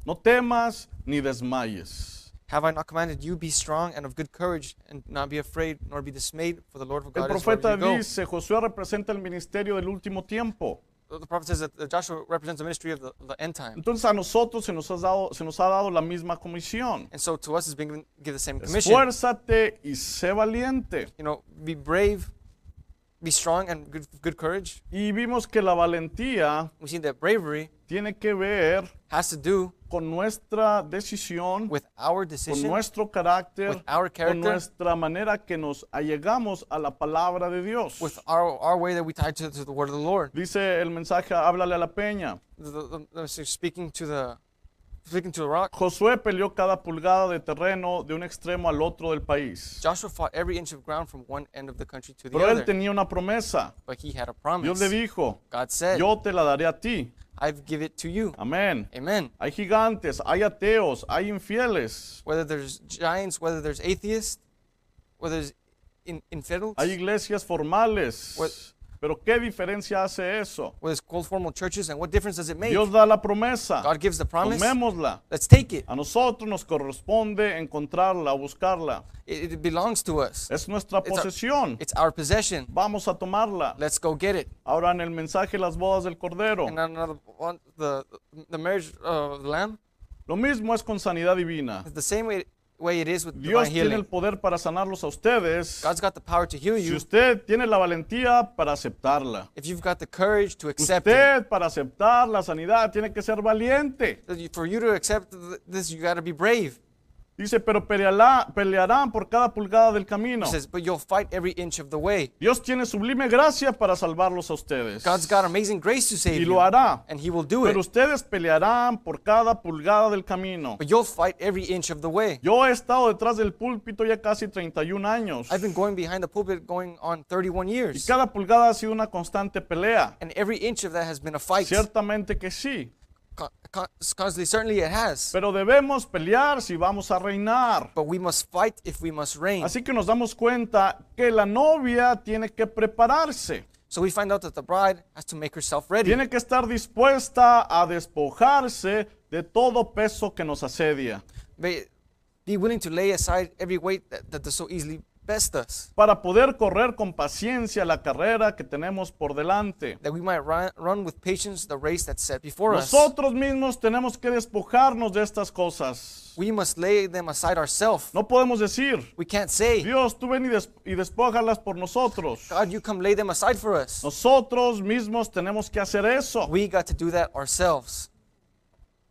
S1: No temas ni desmayes.
S2: Have I not commanded you be strong and of good courage and not be afraid nor be dismayed for the Lord of
S1: El
S2: God is where
S1: profeta
S2: you go.
S1: dice, Josué representa el ministerio del último tiempo.
S2: The prophet says that uh, Joshua represents the ministry of the, the end time.
S1: Entonces a nosotros se nos, ha dado, se nos ha dado la misma comisión.
S2: And so to us is being given, given the same commission.
S1: Esfuérzate y sé valiente.
S2: You know, be brave, be strong and good, good courage.
S1: Y vimos que la valentía
S2: We see that bravery
S1: tiene que ver
S2: has to do
S1: con nuestra decisión,
S2: with our
S1: con
S2: decision,
S1: nuestro carácter,
S2: with
S1: con
S2: our character,
S1: nuestra manera que nos allegamos a la palabra de Dios.
S2: with our, our way that we tie to, to the word of the Lord.
S1: Dice el mensaje, háblale a la peña.
S2: The, the, the- the- speaking to the speaking to the rock,
S1: Josué peleó cada pulgada de terreno de un extremo al otro del país.
S2: Joshua fought every inch of ground from one end of the country to the
S1: Pero él
S2: other.
S1: tenía una promesa.
S2: But he had a
S1: Dios
S2: promise.
S1: le dijo,
S2: God said,
S1: yo te la daré a ti.
S2: I've give it to you.
S1: Amén.
S2: Amen.
S1: Hay gigantes, hay ateos, hay infieles,
S2: Whether there's giants, whether there's atheists, whether there's in, infidels,
S1: hay iglesias formales.
S2: What-
S1: Pero ¿qué diferencia hace eso?
S2: whether it's called formal churches, and what difference does it make?
S1: Dios da la promesa.
S2: God gives the promise.
S1: Tomémosla.
S2: Let's take it.
S1: A nosotros nos corresponde encontrarla, buscarla.
S2: it. It belongs to us.
S1: Es nuestra
S2: It's our-
S1: posesión.
S2: It's our possession.
S1: Vamos a tomarla.
S2: Let's go get it.
S1: Ahora en el mensaje Las bodas del Cordero.
S2: And uh, then another one, the the marriage of the lamb.
S1: Lo mismo es con sanidad divina.
S2: It's the same way way it is with
S1: Dios
S2: divine
S1: tiene el
S2: healing.
S1: poder para sanarlos a ustedes
S2: God's got the power to heal
S1: si
S2: you
S1: usted tiene la valentía para aceptarla.
S2: if you've got the courage to accept it.
S1: Usted para aceptar la sanidad tiene que ser valiente.
S2: So you- For you to accept th- this, you got to be brave.
S1: Dice, pero peleará- pelearán por cada pulgada del camino.
S2: He says, but you'll fight every inch of the way.
S1: Dios tiene sublime gracia para salvarlos a ustedes.
S2: God's got amazing grace to save
S1: Y lo
S2: you,
S1: hará.
S2: and He will do
S1: Pero
S2: it.
S1: ustedes pelearán por cada pulgada del camino.
S2: But you'll fight every inch of the way.
S1: Yo he estado detrás del púlpito ya casi 31 años.
S2: I've been going behind the pulpit going on 31
S1: Y
S2: years,
S1: cada pulgada ha sido una constante pelea.
S2: and every inch of that has been a fight.
S1: Ciertamente que sí.
S2: Con- con- Constantly, certainly it has.
S1: Pero debemos pelear si vamos a reinar.
S2: But we must fight if we must reign.
S1: Así que nos damos cuenta que la novia tiene que prepararse.
S2: So we find out that the bride has to make herself ready.
S1: Tiene que estar dispuesta a despojarse de todo peso que nos asedia
S2: Be, be willing to lay aside every weight that, that does so easily best us,
S1: para poder correr con paciencia la carrera que tenemos por delante.
S2: that we might run, run with patience the race that's set before us.
S1: Nosotros mismos tenemos que despojarnos de estas cosas.
S2: We must lay them aside ourselves.
S1: No podemos decir,
S2: We can't say,
S1: Dios, tú ven y, des- y despójalas por nosotros.
S2: God, you come lay them aside for us.
S1: Nosotros mismos tenemos que hacer eso.
S2: We got to do that ourselves.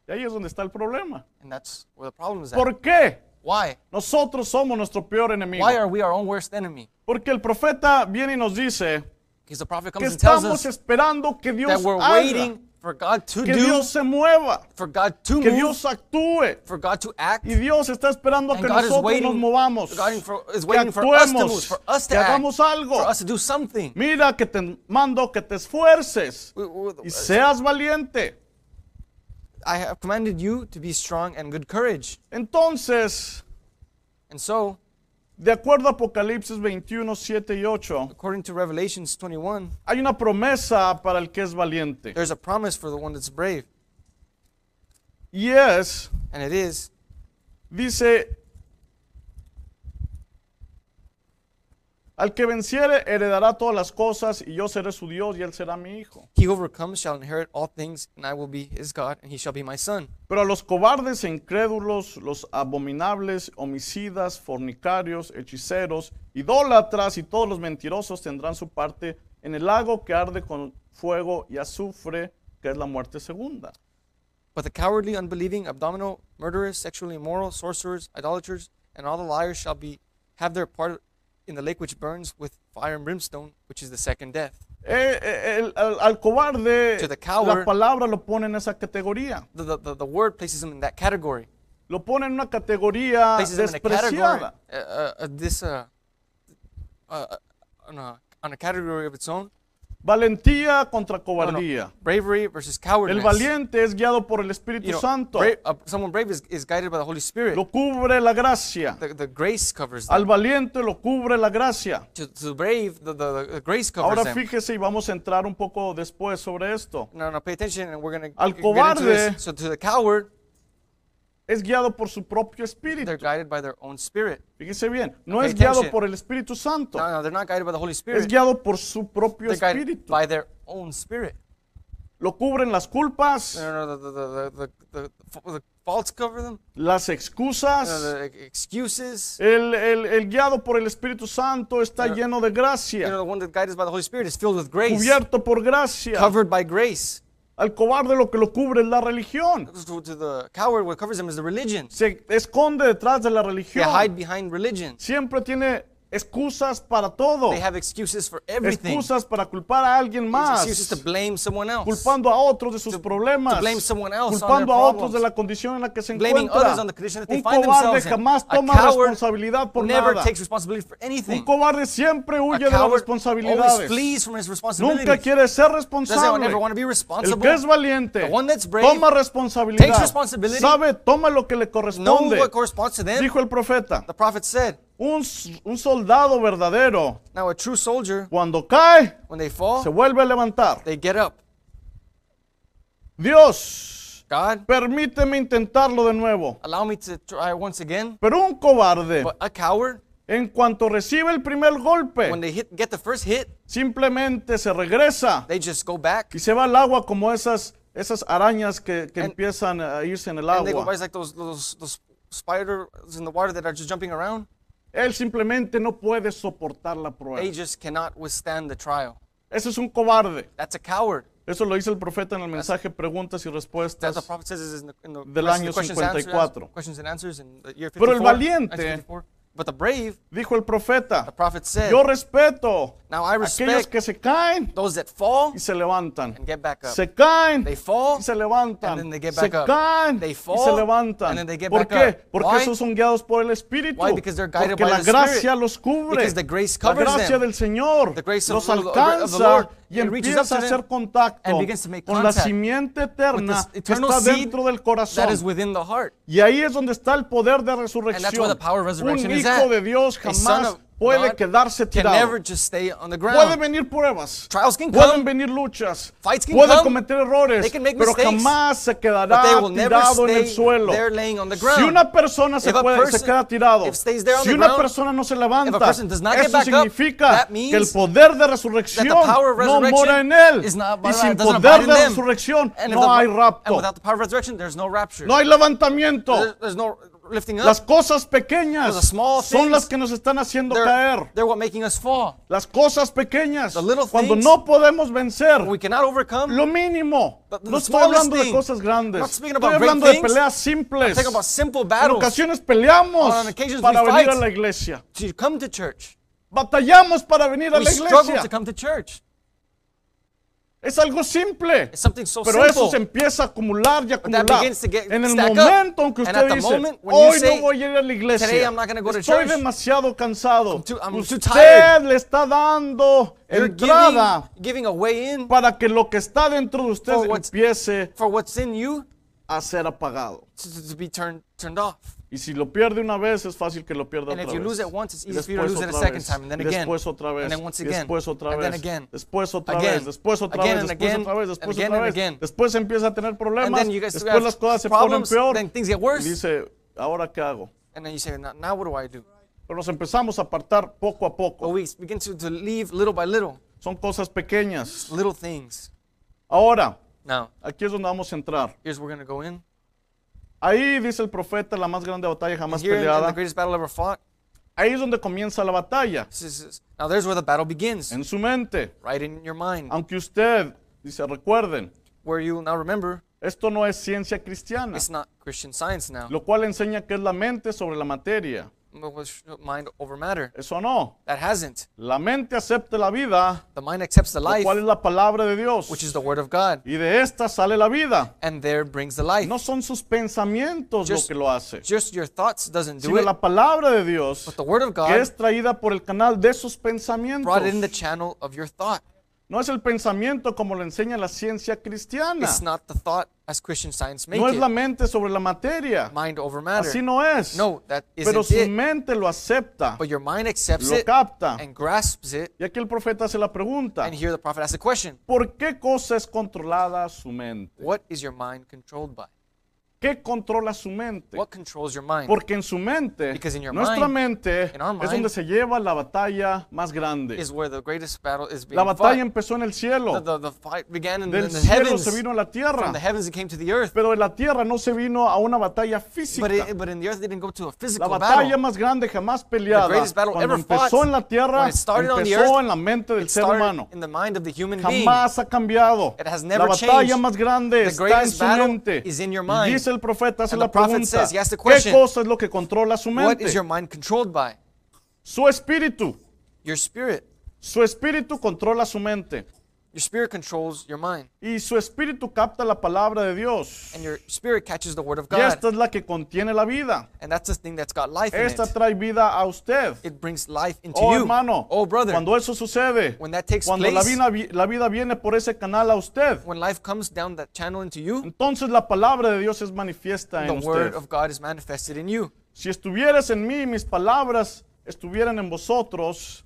S1: Y ahí es donde está el problema.
S2: And that's where the problem is at.
S1: ¿Por qué?
S2: Why?
S1: Nosotros somos nuestro peor enemigo.
S2: Why are we our own worst enemy?
S1: Porque el profeta viene y nos dice
S2: Because the prophet
S1: que
S2: comes and tells
S1: estamos
S2: us
S1: esperando que
S2: that
S1: Dios
S2: we're
S1: haga,
S2: waiting for God to
S1: que
S2: do,
S1: Dios se mueva,
S2: for God to
S1: que
S2: move,
S1: Dios actúe.
S2: for God to act.
S1: Y Dios está esperando a
S2: And
S1: que
S2: God is
S1: nosotros nos
S2: waiting-
S1: movamos,
S2: God is for- is
S1: que
S2: waiting for us to move,
S1: actuemos,
S2: for us to
S1: que
S2: act,
S1: hagamos algo.
S2: for us to do something.
S1: Mira que te mando que te esfuerces
S2: We- we-
S1: y seas valiente.
S2: I have commanded you to be strong and good courage.
S1: Entonces,
S2: And so,
S1: de acuerdo a Apocalipsis 21, 7 y 8,
S2: according to Revelations 21,
S1: hay una promesa para el que es valiente.
S2: there's a promise for the one that's brave,
S1: Y es,
S2: and it is
S1: dice, al que venciere heredará todas las cosas y yo seré su Dios y él será mi hijo.
S2: he who overcomes shall inherit all things, and I will be his God, and he shall be my son.
S1: Pero a los cobardes e incrédulos, los abominables, homicidas, fornicarios, hechiceros, idólatras y todos los mentirosos tendrán su parte en el lago que arde con fuego y azufre, que es la muerte segunda.
S2: But the cowardly, unbelieving, abdominal, murderers, sexually immoral, sorcerers, idolaters, and all the liars shall be have their part in the lake which burns with fire and brimstone, which is the second death.
S1: Eh, eh, el- al, al cobarde,
S2: To
S1: la
S2: the coward.
S1: palabra lo pone en esa categoría.
S2: The, the, the, the word places him in that category.
S1: Lo pone en una categoría
S2: places him in a category,
S1: despreciada.
S2: uh, uh, uh, this, uh, uh, uh, on, a, on a category of its own.
S1: Valentía contra
S2: No, no.
S1: cobardía.
S2: Bravery versus
S1: El
S2: cowardice.
S1: valiente es guiado por el Espíritu
S2: You know,
S1: Santo.
S2: bra- uh, someone brave is, is guided by the Holy Spirit.
S1: Lo Ah. cubre la gracia.
S2: The, the grace covers them.
S1: Al valiente lo cubre la gracia.
S2: To, to the brave, the, the, the grace covers
S1: Ahora
S2: them.
S1: fíjese y vamos a entrar un poco después sobre esto.
S2: No, no, pay attention, and we're going
S1: Al
S2: to get into
S1: cobarde-
S2: this. So to the coward,
S1: Es guiado por su propio
S2: they're
S1: espíritu.
S2: guided by their own spirit.
S1: Fíjese bien, no
S2: Pay
S1: es guiado
S2: attention.
S1: por el Espíritu Santo.
S2: No, no, they're not guided by the Holy
S1: Es
S2: Spirit.
S1: guiado por su propio
S2: They're guided
S1: espíritu.
S2: by their own spirit.
S1: Lo cubren las culpas,
S2: No, no, the, the, the, the, the, the, the faults cover them.
S1: las
S2: No,
S1: excusas.
S2: the ex- excuses.
S1: El, el- el guiado por el Espíritu Santo está
S2: Pero-
S1: lleno de
S2: You know,
S1: gracia,
S2: the one that guided by the Holy Spirit is filled with grace,
S1: cubierto por gracia.
S2: covered by grace.
S1: Al cobarde lo que lo cubre es la religión.
S2: To, to the coward, what covers him is the religion.
S1: Se esconde detrás de la
S2: They
S1: religión.
S2: hide behind religion.
S1: Siempre tiene excusas para todo.
S2: They have excuses for everything.
S1: Excusas para culpar a alguien
S2: Excuses to
S1: más.
S2: blame someone else.
S1: Culpando a otros de sus
S2: To-
S1: problemas.
S2: to blame someone else on
S1: Culpando
S2: their
S1: a otros
S2: problems.
S1: de la condición en la que se
S2: Blaming
S1: encuentra.
S2: others on the condition that they
S1: Un
S2: find
S1: cobarde
S2: themselves in.
S1: jamás
S2: A
S1: toma
S2: coward
S1: responsabilidad por
S2: Never
S1: nada.
S2: takes responsibility for
S1: Un
S2: anything.
S1: cobarde siempre
S2: A
S1: huye de las
S2: coward always
S1: responsabilidades.
S2: flees from his
S1: Nunca
S2: responsibilities.
S1: quiere ser
S2: Doesn't
S1: responsable.
S2: ever want to be
S1: El
S2: responsible.
S1: que es valiente
S2: The one that's brave
S1: toma
S2: takes
S1: responsabilidad.
S2: responsibility.
S1: Sabe, toma lo que le
S2: Know
S1: corresponde.
S2: what corresponds to them.
S1: Dijo el profeta,
S2: The prophet said,
S1: un, s- un soldado verdadero,
S2: now a true soldier,
S1: cuando cae,
S2: when they
S1: se
S2: fall,
S1: vuelve a levantar.
S2: they get up.
S1: Dios,
S2: God,
S1: permíteme intentarlo de nuevo.
S2: allow me to try once again.
S1: Pero un cobarde,
S2: But a coward,
S1: en cuanto recibe el primer golpe,
S2: when they hit, get the first hit,
S1: simplemente se regresa
S2: they just go back
S1: y se va al agua como esas, esas arañas que, que
S2: And-
S1: empiezan a irse en el
S2: and they go by
S1: agua.
S2: like those those those spiders in the water that are just jumping around,
S1: Él simplemente no puede soportar la
S2: they
S1: prueba.
S2: just cannot withstand the trial.
S1: Ese es un cobarde.
S2: That's a coward.
S1: Eso lo dice el profeta en el mensaje Preguntas y
S2: That's what the
S1: Respuestas.
S2: prophet says is in the, in the
S1: Del
S2: rest of
S1: año
S2: the questions, and answers,
S1: 54.
S2: questions and answers in the year 54.
S1: Pero el valiente-
S2: 1954. But the brave,
S1: Dijo el
S2: the
S1: profeta,
S2: prophet said,
S1: yo respeto
S2: Now
S1: a
S2: I
S1: aquellos
S2: respect
S1: que se caen
S2: those that fall
S1: y se levantan.
S2: and get back up.
S1: Se caen
S2: They fall
S1: y se
S2: and
S1: levantan.
S2: then they get
S1: Se
S2: back up.
S1: caen
S2: They
S1: y
S2: fall
S1: se
S2: and
S1: levantan.
S2: then they get
S1: ¿Por
S2: back
S1: qué?
S2: up.
S1: Porque
S2: Why?
S1: esos son guiados por el Espíritu.
S2: Why? Because they're guided
S1: Porque
S2: by
S1: la
S2: the
S1: gracia
S2: Spirit.
S1: los cubre.
S2: Because the grace
S1: La
S2: covers
S1: gracia
S2: them.
S1: del Señor
S2: The grace of
S1: los
S2: the Lord- of the Lord.
S1: alcanza y
S2: It reaches
S1: empieza
S2: up
S1: a
S2: to them
S1: hacer contacto
S2: and begins to make
S1: con la
S2: contact
S1: simiente eterna que
S2: eternal
S1: está
S2: seed
S1: dentro del
S2: that is
S1: corazón.
S2: within the heart.
S1: Y ahí es donde está el poder de
S2: And that's where the
S1: resurrección.
S2: power of resurrection
S1: Un
S2: is at.
S1: hijo de Dios
S2: A son
S1: jamás
S2: of
S1: puede
S2: God
S1: quedarse
S2: can
S1: tirado.
S2: never just stay on the
S1: Pueden
S2: ground.
S1: venir pruebas,
S2: Trials can
S1: pueden
S2: come,
S1: venir luchas,
S2: Fights can
S1: pueden
S2: come.
S1: cometer errores,
S2: They can make
S1: pero
S2: mistakes.
S1: jamás se
S2: but
S1: quedará
S2: they will never
S1: tirado en el
S2: stay
S1: suelo.
S2: there laying on the
S1: Si
S2: ground.
S1: una persona se,
S2: If a
S1: puede- se
S2: person-
S1: queda tirado,
S2: if stays there on
S1: si
S2: the
S1: una
S2: ground,
S1: persona no se levanta,
S2: person does not get
S1: eso
S2: back up,
S1: significa
S2: that
S1: que el
S2: means
S1: poder de resurrección
S2: power of
S1: no
S2: resurrection
S1: mora en él.
S2: is not
S1: Y
S2: abide-
S1: sin
S2: doesn't
S1: poder
S2: abide in
S1: de
S2: them.
S1: resurrección
S2: And if
S1: no
S2: the-
S1: hay
S2: And
S1: rapto,
S2: without the power of resurrection, there's no rapture.
S1: no hay levantamiento.
S2: There- there's no lifting
S1: Las
S2: up.
S1: cosas pequeñas
S2: The small
S1: son
S2: things,
S1: las que nos están haciendo
S2: They're,
S1: caer.
S2: they're what making us fall.
S1: Las cosas pequeñas,
S2: The little
S1: cuando
S2: things-
S1: no podemos vencer,
S2: We cannot overcome.
S1: lo mínimo.
S2: The- the
S1: No estoy
S2: smallest
S1: hablando de
S2: thing.
S1: cosas grandes.
S2: I'm not speaking
S1: Estoy
S2: about great
S1: hablando de
S2: things.
S1: peleas simples.
S2: Think about simple
S1: En
S2: battles.
S1: ocasiones peleamos
S2: On occasions
S1: para
S2: we
S1: venir a
S2: fight.
S1: la iglesia.
S2: To come to church.
S1: Batallamos para venir a
S2: We
S1: la
S2: struggle to
S1: iglesia.
S2: come to church.
S1: Es algo simple.
S2: It's something so
S1: Pero eso
S2: simple.
S1: se empieza a acumular y
S2: that
S1: acumular.
S2: begins to get-
S1: en el
S2: stack up.
S1: momento en que
S2: And
S1: usted
S2: at the
S1: dice,
S2: moment when you
S1: hoy
S2: say,
S1: no voy a ir a la
S2: "Today
S1: iglesia,
S2: I'm not gonna go to
S1: estoy
S2: church.
S1: demasiado cansado,
S2: too- I'm too
S1: usted
S2: tired."
S1: le está dando
S2: You're
S1: entrada
S2: giving, giving a way in
S1: para que lo que está dentro de usted
S2: For what's-
S1: empiece
S2: for what's in you
S1: a ser apagado.
S2: to, to- to be turned turned off.
S1: Y si lo pierde una vez, es fácil que lo pierda
S2: And
S1: otra
S2: if you
S1: vez.
S2: lose it once, it's
S1: Y
S2: easy for you to
S1: después
S2: lose it a
S1: otra
S2: second
S1: vez.
S2: time, and then
S1: Y
S2: again.
S1: después otra vez.
S2: And then once
S1: Y
S2: again.
S1: después otra
S2: And then
S1: vez.
S2: again.
S1: Después otra
S2: Again.
S1: vez. Después otra
S2: Again
S1: vez.
S2: and
S1: Después
S2: again.
S1: otra vez. Después
S2: And again
S1: otra
S2: and
S1: vez.
S2: again.
S1: Después empieza a tener problemas.
S2: then you guys
S1: después
S2: have
S1: las cosas se
S2: problems,
S1: ponen peor.
S2: then things get worse.
S1: Y dice, ¿ahora qué hago?
S2: And then you say, now, now what do I do?
S1: Pero nos empezamos a apartar poco a
S2: But
S1: poco.
S2: we begin to, to leave little by little,
S1: Son cosas pequeñas.
S2: little things.
S1: Ahora,
S2: Now,
S1: aquí es donde vamos a entrar.
S2: here's where we're going to go in.
S1: Ahí dice el profeta, la más grande batalla jamás
S2: Here in, in the
S1: peleada.
S2: greatest battle ever fought.
S1: Ahí es donde comienza la batalla.
S2: This is- is- now there's where the battle begins,
S1: En su mente.
S2: right in your mind,
S1: Aunque usted, dice, recuerden,
S2: where you will now remember
S1: esto no es ciencia cristiana,
S2: it's not Christian science now.
S1: lo cual enseña que es la mente sobre la materia.
S2: It was mind over matter.
S1: Eso no.
S2: That hasn't.
S1: La mente acepta la vida,
S2: The mind accepts the
S1: lo
S2: life,
S1: cual es la palabra de
S2: which
S1: Dios.
S2: is the word of God,
S1: Y de esta sale la vida.
S2: and there brings the life.
S1: No son sus pensamientos lo
S2: Just-
S1: que lo hace,
S2: Just your thoughts doesn't do
S1: sino
S2: it.
S1: la palabra de Dios
S2: The word of
S1: que
S2: God
S1: es traída por el canal de sus pensamientos.
S2: brought in the channel of your thought.
S1: No es el pensamiento como lo enseña la ciencia cristiana.
S2: It's not the thought as Christian science make
S1: No es la
S2: it.
S1: mente sobre la materia.
S2: Mind over
S1: Así
S2: matter.
S1: no es.
S2: No, that
S1: Pero
S2: isn't
S1: su
S2: it.
S1: mente lo acepta,
S2: But your mind accepts
S1: lo
S2: it
S1: capta.
S2: and grasps it.
S1: Y aquí el profeta hace la pregunta,
S2: And here the prophet asks a question.
S1: ¿por qué cosa es controlada su mente?
S2: What is your mind controlled by?
S1: ¿Qué controla su mente?
S2: What controls your mind?
S1: Porque en su mente,
S2: Because in your
S1: nuestra
S2: mind,
S1: mente,
S2: in our
S1: es donde
S2: mind,
S1: se lleva la batalla más grande.
S2: Is where the greatest battle is being
S1: La batalla
S2: fought.
S1: empezó en el
S2: The,
S1: cielo.
S2: the, the fight began in,
S1: Del
S2: in the
S1: cielo
S2: heavens.
S1: se vino
S2: From
S1: a la tierra.
S2: the heavens it came to the earth.
S1: Pero de la tierra no se vino a una batalla física.
S2: But, it, but in the earth they didn't go to a
S1: La
S2: physical
S1: batalla
S2: battle.
S1: más grande jamás peleada,
S2: greatest battle
S1: cuando
S2: ever fought,
S1: empezó en la tierra,
S2: when it started on the
S1: empezó
S2: earth,
S1: en la mente del
S2: It
S1: ser humano.
S2: started in the mind of the human being.
S1: Jamás ha cambiado.
S2: It has
S1: la
S2: never
S1: batalla
S2: changed.
S1: más grande está
S2: The
S1: en
S2: greatest
S1: su
S2: battle
S1: mente.
S2: is in your
S1: Y
S2: mind.
S1: dice el profeta, hace
S2: And
S1: la
S2: the prophet
S1: pregunta,
S2: says, he asked the
S1: ¿qué
S2: question,
S1: cosa es lo que controla su
S2: What
S1: mente?
S2: is your mind controlled by?
S1: Su espíritu.
S2: Your spirit.
S1: Su espíritu controla su mente.
S2: Your spirit controls your mind.
S1: Y su espíritu capta la palabra de Dios.
S2: And your spirit catches the word of
S1: Y esta
S2: God.
S1: es la que contiene la vida.
S2: And that's the thing that's got life in it.
S1: Esta trae vida a usted.
S2: It brings life into
S1: Oh,
S2: you.
S1: hermano,
S2: oh, brother.
S1: cuando eso sucede,
S2: When that takes
S1: cuando la
S2: place-
S1: vida, vi- la vida viene por ese canal a usted,
S2: when life comes down that channel into you,
S1: entonces la palabra de Dios es manifiesta
S2: the
S1: en
S2: word
S1: usted.
S2: of God is manifested in you.
S1: Si estuvieras en mí, mis palabras estuvieran en vosotros,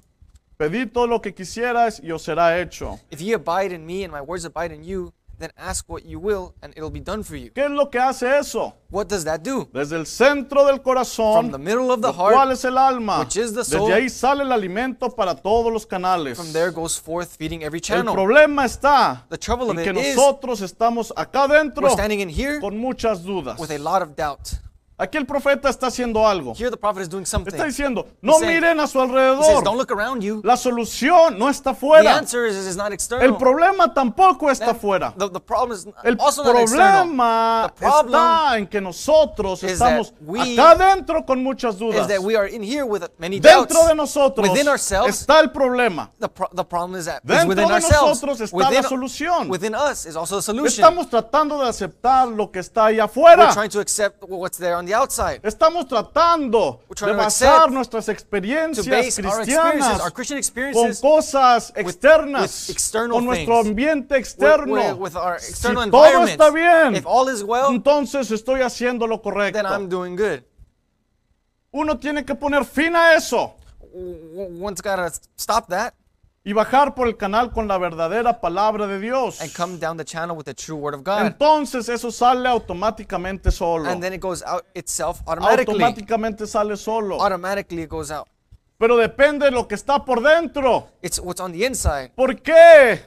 S1: pedid todo lo que quisieras y os será hecho.
S2: If ye abide in me and my words abide in you, then ask what you will and it'll be done for you.
S1: ¿Qué es lo que hace eso?
S2: What does that do?
S1: Desde el centro del
S2: From the
S1: corazón,
S2: middle of the
S1: lo cual
S2: heart,
S1: es el alma.
S2: which is the
S1: Desde
S2: soul,
S1: ahí sale el alimento para todos los canales.
S2: from there goes forth feeding every
S1: El
S2: channel.
S1: problema está
S2: The trouble
S1: en
S2: of
S1: que
S2: it is
S1: nosotros estamos acá adentro
S2: pues, we're standing in here pues,
S1: con muchas dudas.
S2: with a lot of doubt.
S1: Aquí el profeta está haciendo algo.
S2: Here the prophet is doing something.
S1: Está diciendo, no
S2: saying-
S1: miren a su
S2: He says, don't
S1: alrededor.
S2: look around you.
S1: La solución no está
S2: The
S1: afuera.
S2: answer is, is not
S1: El
S2: external.
S1: problema tampoco está
S2: Then
S1: afuera.
S2: The, the problem is
S1: El
S2: also not external.
S1: problema
S2: The problem
S1: está en que nosotros
S2: is that
S1: estamos
S2: we-
S1: acá adentro con muchas dudas.
S2: Is that we are in here with many doubts.
S1: Dentro de nosotros
S2: within ourselves,
S1: está el problema.
S2: the, pro- the problem is that is
S1: Dentro
S2: within
S1: de
S2: ourselves.
S1: nosotros está
S2: within,
S1: la solución.
S2: within us is also a solution.
S1: Estamos tratando de aceptar lo que está ahí
S2: We're
S1: afuera.
S2: trying to accept what's there on the outside.
S1: Estamos tratando
S2: We're
S1: de
S2: trying to
S1: basar
S2: accept,
S1: nuestras
S2: To
S1: experiencias
S2: base our experiences,
S1: cristianas
S2: our Christian
S1: con
S2: experiences,
S1: cosas externas,
S2: with external
S1: con nuestro
S2: things.
S1: ambiente
S2: with,
S1: externo.
S2: with, with our
S1: si
S2: external
S1: todo
S2: environments,
S1: está bien,
S2: if all is well,
S1: entonces estoy haciendo lo correcto.
S2: then I'm doing good.
S1: Uno tiene que poner fin a eso
S2: W- w- One's got to stop that
S1: y bajar por el canal con la verdadera palabra de Dios.
S2: and come down the channel with the true word of God.
S1: Entonces eso sale automáticamente solo.
S2: and then it goes out itself automatically.
S1: Automáticamente sale solo.
S2: Automatically, it goes out.
S1: Pero depende de lo que está por dentro.
S2: It's what's on the inside.
S1: ¿Por qué?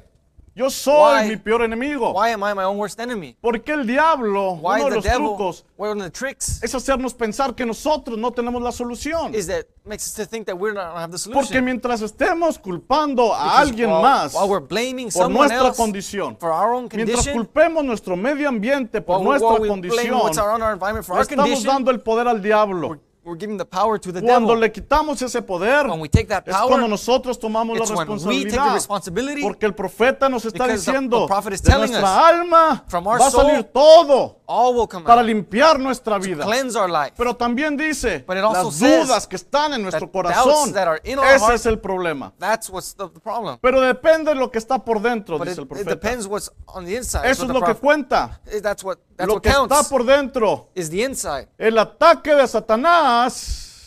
S1: Yo soy
S2: Why-
S1: mi peor enemigo.
S2: Why am I my own worst enemy?
S1: ¿Por qué el diablo,
S2: Why
S1: uno de
S2: the
S1: los
S2: devil?
S1: trucos,
S2: One of the tricks
S1: es hacernos pensar que nosotros no tenemos la solución?
S2: is that makes us to think that we're not gonna have the solution.
S1: Porque mientras estemos culpando a
S2: Because
S1: alguien
S2: while,
S1: más
S2: while we're blaming
S1: por
S2: someone
S1: nuestra
S2: else
S1: condición,
S2: for our own
S1: mientras
S2: condition,
S1: culpemos nuestro medio ambiente por
S2: while, we-
S1: nuestra
S2: while we blame
S1: condición,
S2: what's on our environment for
S1: le
S2: our
S1: estamos
S2: condition,
S1: dando el poder al diablo.
S2: we're, we're giving the power to the
S1: Cuando
S2: devil.
S1: le quitamos ese poder,
S2: When we take that
S1: es cuando
S2: power,
S1: nosotros tomamos la
S2: it's when we take
S1: responsabilidad.
S2: the responsibility.
S1: Porque el profeta nos está
S2: Because the-
S1: diciendo,
S2: the prophet is
S1: de
S2: telling
S1: nuestra
S2: us,
S1: alma
S2: from our
S1: va a
S2: soul,
S1: salir todo
S2: All will come
S1: para
S2: out.
S1: limpiar nuestra vida.
S2: Cleanse our life.
S1: Pero también dice,
S2: But it also
S1: las
S2: says
S1: dudas que están en nuestro
S2: that
S1: corazón,
S2: doubts that are in our
S1: ese
S2: heart-
S1: es el problema.
S2: That's what's the, the problem.
S1: Pero depende de lo que está por dentro,
S2: But it,
S1: dice el
S2: it
S1: profeta.
S2: depends what's on the inside.
S1: Eso
S2: what
S1: es
S2: the
S1: lo que
S2: prophet-
S1: cuenta.
S2: Eh, That's what that's
S1: Lo
S2: what
S1: que está
S2: counts.
S1: por dentro.
S2: Is the inside.
S1: El ataque de Satanás.